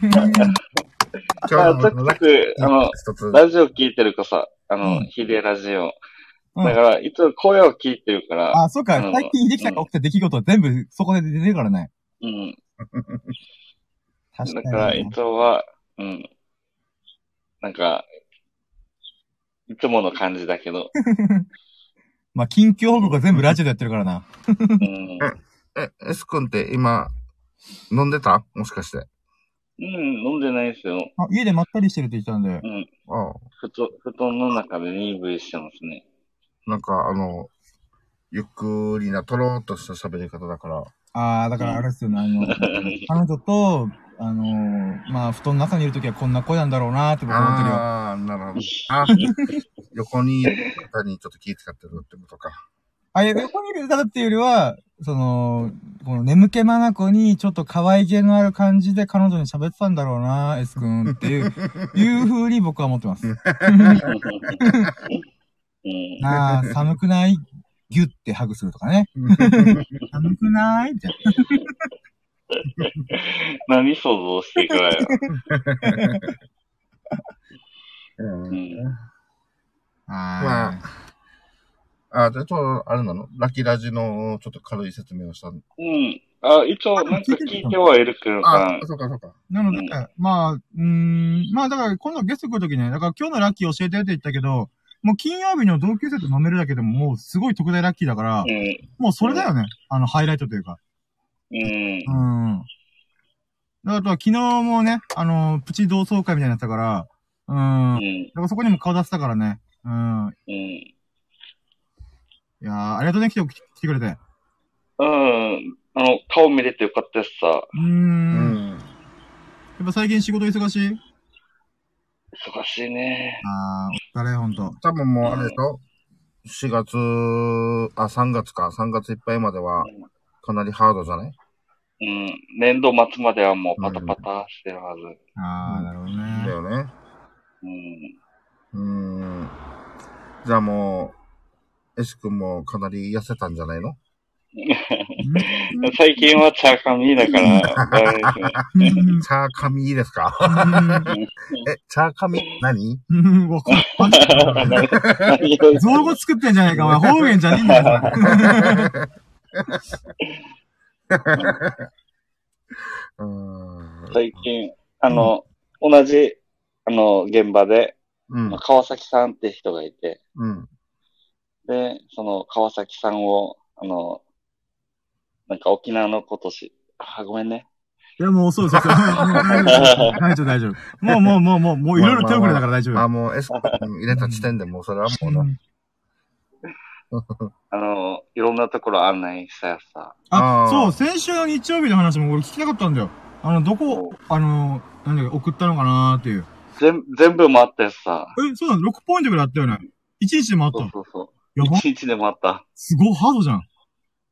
Speaker 2: 今
Speaker 3: ちょ
Speaker 2: 日
Speaker 3: く
Speaker 2: の
Speaker 3: ちょく、あの、
Speaker 2: 一つ。
Speaker 3: ラジオ聞いてるかさ、あの、
Speaker 1: うん
Speaker 3: ヒデラジオ。
Speaker 1: うん
Speaker 3: だから、いつも声を聞いてるから、
Speaker 1: あ、そうか
Speaker 3: う。ん
Speaker 1: 最近できたか起きた出来事は全部そこで出てるからね。
Speaker 3: うん。
Speaker 1: 確か
Speaker 3: だ
Speaker 1: に。
Speaker 3: から、いつもは、うん。なんか、いつもの感じだ けど、
Speaker 1: まあ、近況報告は全部ラジオでやってるからな。
Speaker 3: うん。
Speaker 2: え、S 君って今、飲んでたもしかして。
Speaker 3: うん、飲んでないですよ。
Speaker 1: あ、家でまったりしてるって言ってたんで
Speaker 3: う。ん。
Speaker 2: ああ
Speaker 3: 布団布団の中で DV してます ね。
Speaker 2: なんかあの、ゆっくりな、とろーっとした喋り方だから。
Speaker 1: ああ、だからあれですよね。あの、彼女と、あのーまあ、布団の中にいるときはこんな声なんだろうなーって僕は思ってるよ。
Speaker 2: ああ、なるほど。 あ横にいる方にちょっと気使ってるってことか。
Speaker 1: あ、いや、横にいる方っていうよりは、その、この眠気まなこにちょっと可愛げのある感じで彼女に喋ってたんだろうなー、S 君っていう、いう風に僕は思ってます。
Speaker 3: うん。
Speaker 1: ああ、寒くないギュってハグするとかね。寒くないって。
Speaker 3: 何想像してくらいよ。
Speaker 2: うん
Speaker 3: うん。
Speaker 1: あ ー
Speaker 2: あ、じゃあちょっと、あれなのラキラジのちょっと軽い説明をしたの。
Speaker 3: うん。あ、一応、なんか聞いてはいるけど
Speaker 2: あ
Speaker 3: さ、、
Speaker 2: そうかそうか。
Speaker 1: なので、
Speaker 3: うん
Speaker 1: まあ、うーん、まあだから今度ゲスト来るときね、だから今日のラッキー教えてって言ったけど、もう金曜日の同級生と飲めるだけでももうすごい特大ラッキーだから
Speaker 3: う、ん。
Speaker 1: もうそれだよね。あの、ハイライトというか。
Speaker 3: うん
Speaker 1: う。ん。だから昨日もね、あの、プチ同窓会みたいになったから、うん。
Speaker 3: う
Speaker 1: だ
Speaker 3: ん。
Speaker 1: からそこにも顔出せたからね。うん。
Speaker 3: うん。
Speaker 1: いやー、ありがとうね、来て、来てくれて。
Speaker 3: うん。あの、顔見れてよかったしさ、
Speaker 1: うー。
Speaker 2: うん
Speaker 1: や
Speaker 2: ん。
Speaker 1: っぱ最近仕事忙しい
Speaker 3: 忙しいね。
Speaker 1: あー、お疲れ、ほんと。
Speaker 2: 多分もうあれでしょ ?4 月、あ、3月か。3月いっぱいまでは、かなりハードじゃない
Speaker 3: うん。年度末まではもうパタパタしてるはず。
Speaker 1: あー、なるほど
Speaker 2: だ
Speaker 1: ね。
Speaker 2: よね。
Speaker 3: うん。
Speaker 2: うん。じゃあもう、S 君もかなり痩せたんじゃないの
Speaker 3: 最近はチャーカミーだから、ダメですね。
Speaker 1: うん
Speaker 2: チャーカミですかえ、チャーカミ何
Speaker 1: うん、わかんない。
Speaker 3: 何を言って
Speaker 1: 造
Speaker 3: も
Speaker 1: 語作ってんじゃないか、お前。方言じゃねえんだよお前、
Speaker 2: うーん。
Speaker 3: 最近、あの、同じ、あの、現場で、
Speaker 2: うん
Speaker 3: まあ。川崎さんって人がいて、
Speaker 2: うん。
Speaker 3: で、その川崎さんを、あの、なんか沖縄のことし、あ、ごめんね。
Speaker 1: いや、もう、そうそうそう。大丈夫、大丈夫。もう、もう、もう、もう、もう、いろいろ手遅れだから大丈夫。
Speaker 2: あ、もう S 君入れた時点でもうそれはもうな。
Speaker 3: あの、いろんなところ案内したやつさ。
Speaker 1: あ
Speaker 2: あー
Speaker 1: そう、先週の日曜日の話も俺聞きたかったんだよ。あの、どこ、あの、なんだっけ、送ったのかなーっていう。
Speaker 3: 全、全部回ったやつさ。
Speaker 1: え、そうなの ?6 ポイントぐらいあったよね。1日でもあっ
Speaker 3: そう
Speaker 1: た。
Speaker 3: そうそう。
Speaker 1: やば
Speaker 3: 一日でもあった。
Speaker 1: すごい、ハードじゃん。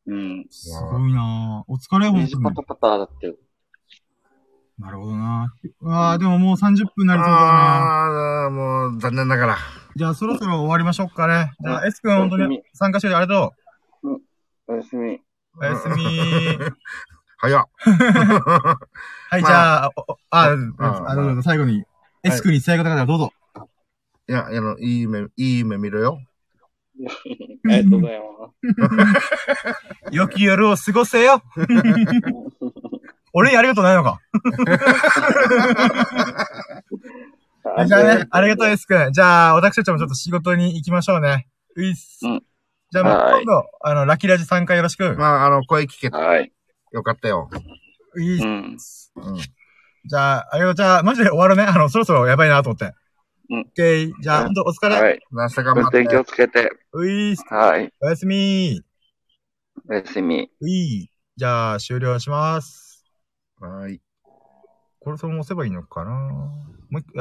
Speaker 3: うん。
Speaker 1: すごいなーお疲れ、ほん
Speaker 3: 虹
Speaker 1: とに
Speaker 3: パ。タパタだってよ。
Speaker 1: なるほどなーあー、でももう30分になりそうだな
Speaker 2: ああ、もう、残念ながら。
Speaker 1: じゃあそろそろ終わりましょうかね。じゃあ、
Speaker 3: うん
Speaker 1: S 君本当
Speaker 3: おやす
Speaker 1: に
Speaker 3: み
Speaker 1: 参加してくれてありがと
Speaker 3: おやすみ。
Speaker 1: う。おや すみー。
Speaker 2: 早っ。
Speaker 1: はい、
Speaker 2: まあ
Speaker 1: じゃあ、おお あ、うん
Speaker 2: あ
Speaker 1: あどうぞ最後に、S 君に伝え方があればどうぞ。
Speaker 2: いや、あの、いい夢、いい夢見ろよ。
Speaker 3: ありがとうございます。
Speaker 1: 良き夜を過ごせ よ 俺にありがとうないのかじゃあね、ありがとう
Speaker 3: い
Speaker 1: ですくん。じゃあ、私たちもちょっと仕事に行きましょうね。ういっす。
Speaker 3: うん
Speaker 1: じゃあ、まあ今
Speaker 3: はい
Speaker 1: 度、あの、ラキラジ参加よろしく。
Speaker 2: まあ、あの、声聞けて
Speaker 3: はい。
Speaker 2: よかったよ。
Speaker 1: ういっ
Speaker 3: う
Speaker 1: す。
Speaker 3: ん。
Speaker 2: うん。
Speaker 1: じゃあ、ありがとう。じゃあ、マジで終わるね。あの、そろそろやばいなと思って。
Speaker 3: うん
Speaker 1: オッケー。じゃあ、
Speaker 3: うん
Speaker 1: ほんとお疲れ。
Speaker 3: はい。
Speaker 2: 明日頑
Speaker 3: 運
Speaker 2: 張って
Speaker 3: 転。気をつけて。
Speaker 1: ういっす。
Speaker 3: はい。
Speaker 1: おやすみ
Speaker 3: おやすみ。
Speaker 1: ういじゃあ、終了します。
Speaker 2: はい。
Speaker 1: これ、その押せばいいのかなもう一回、いや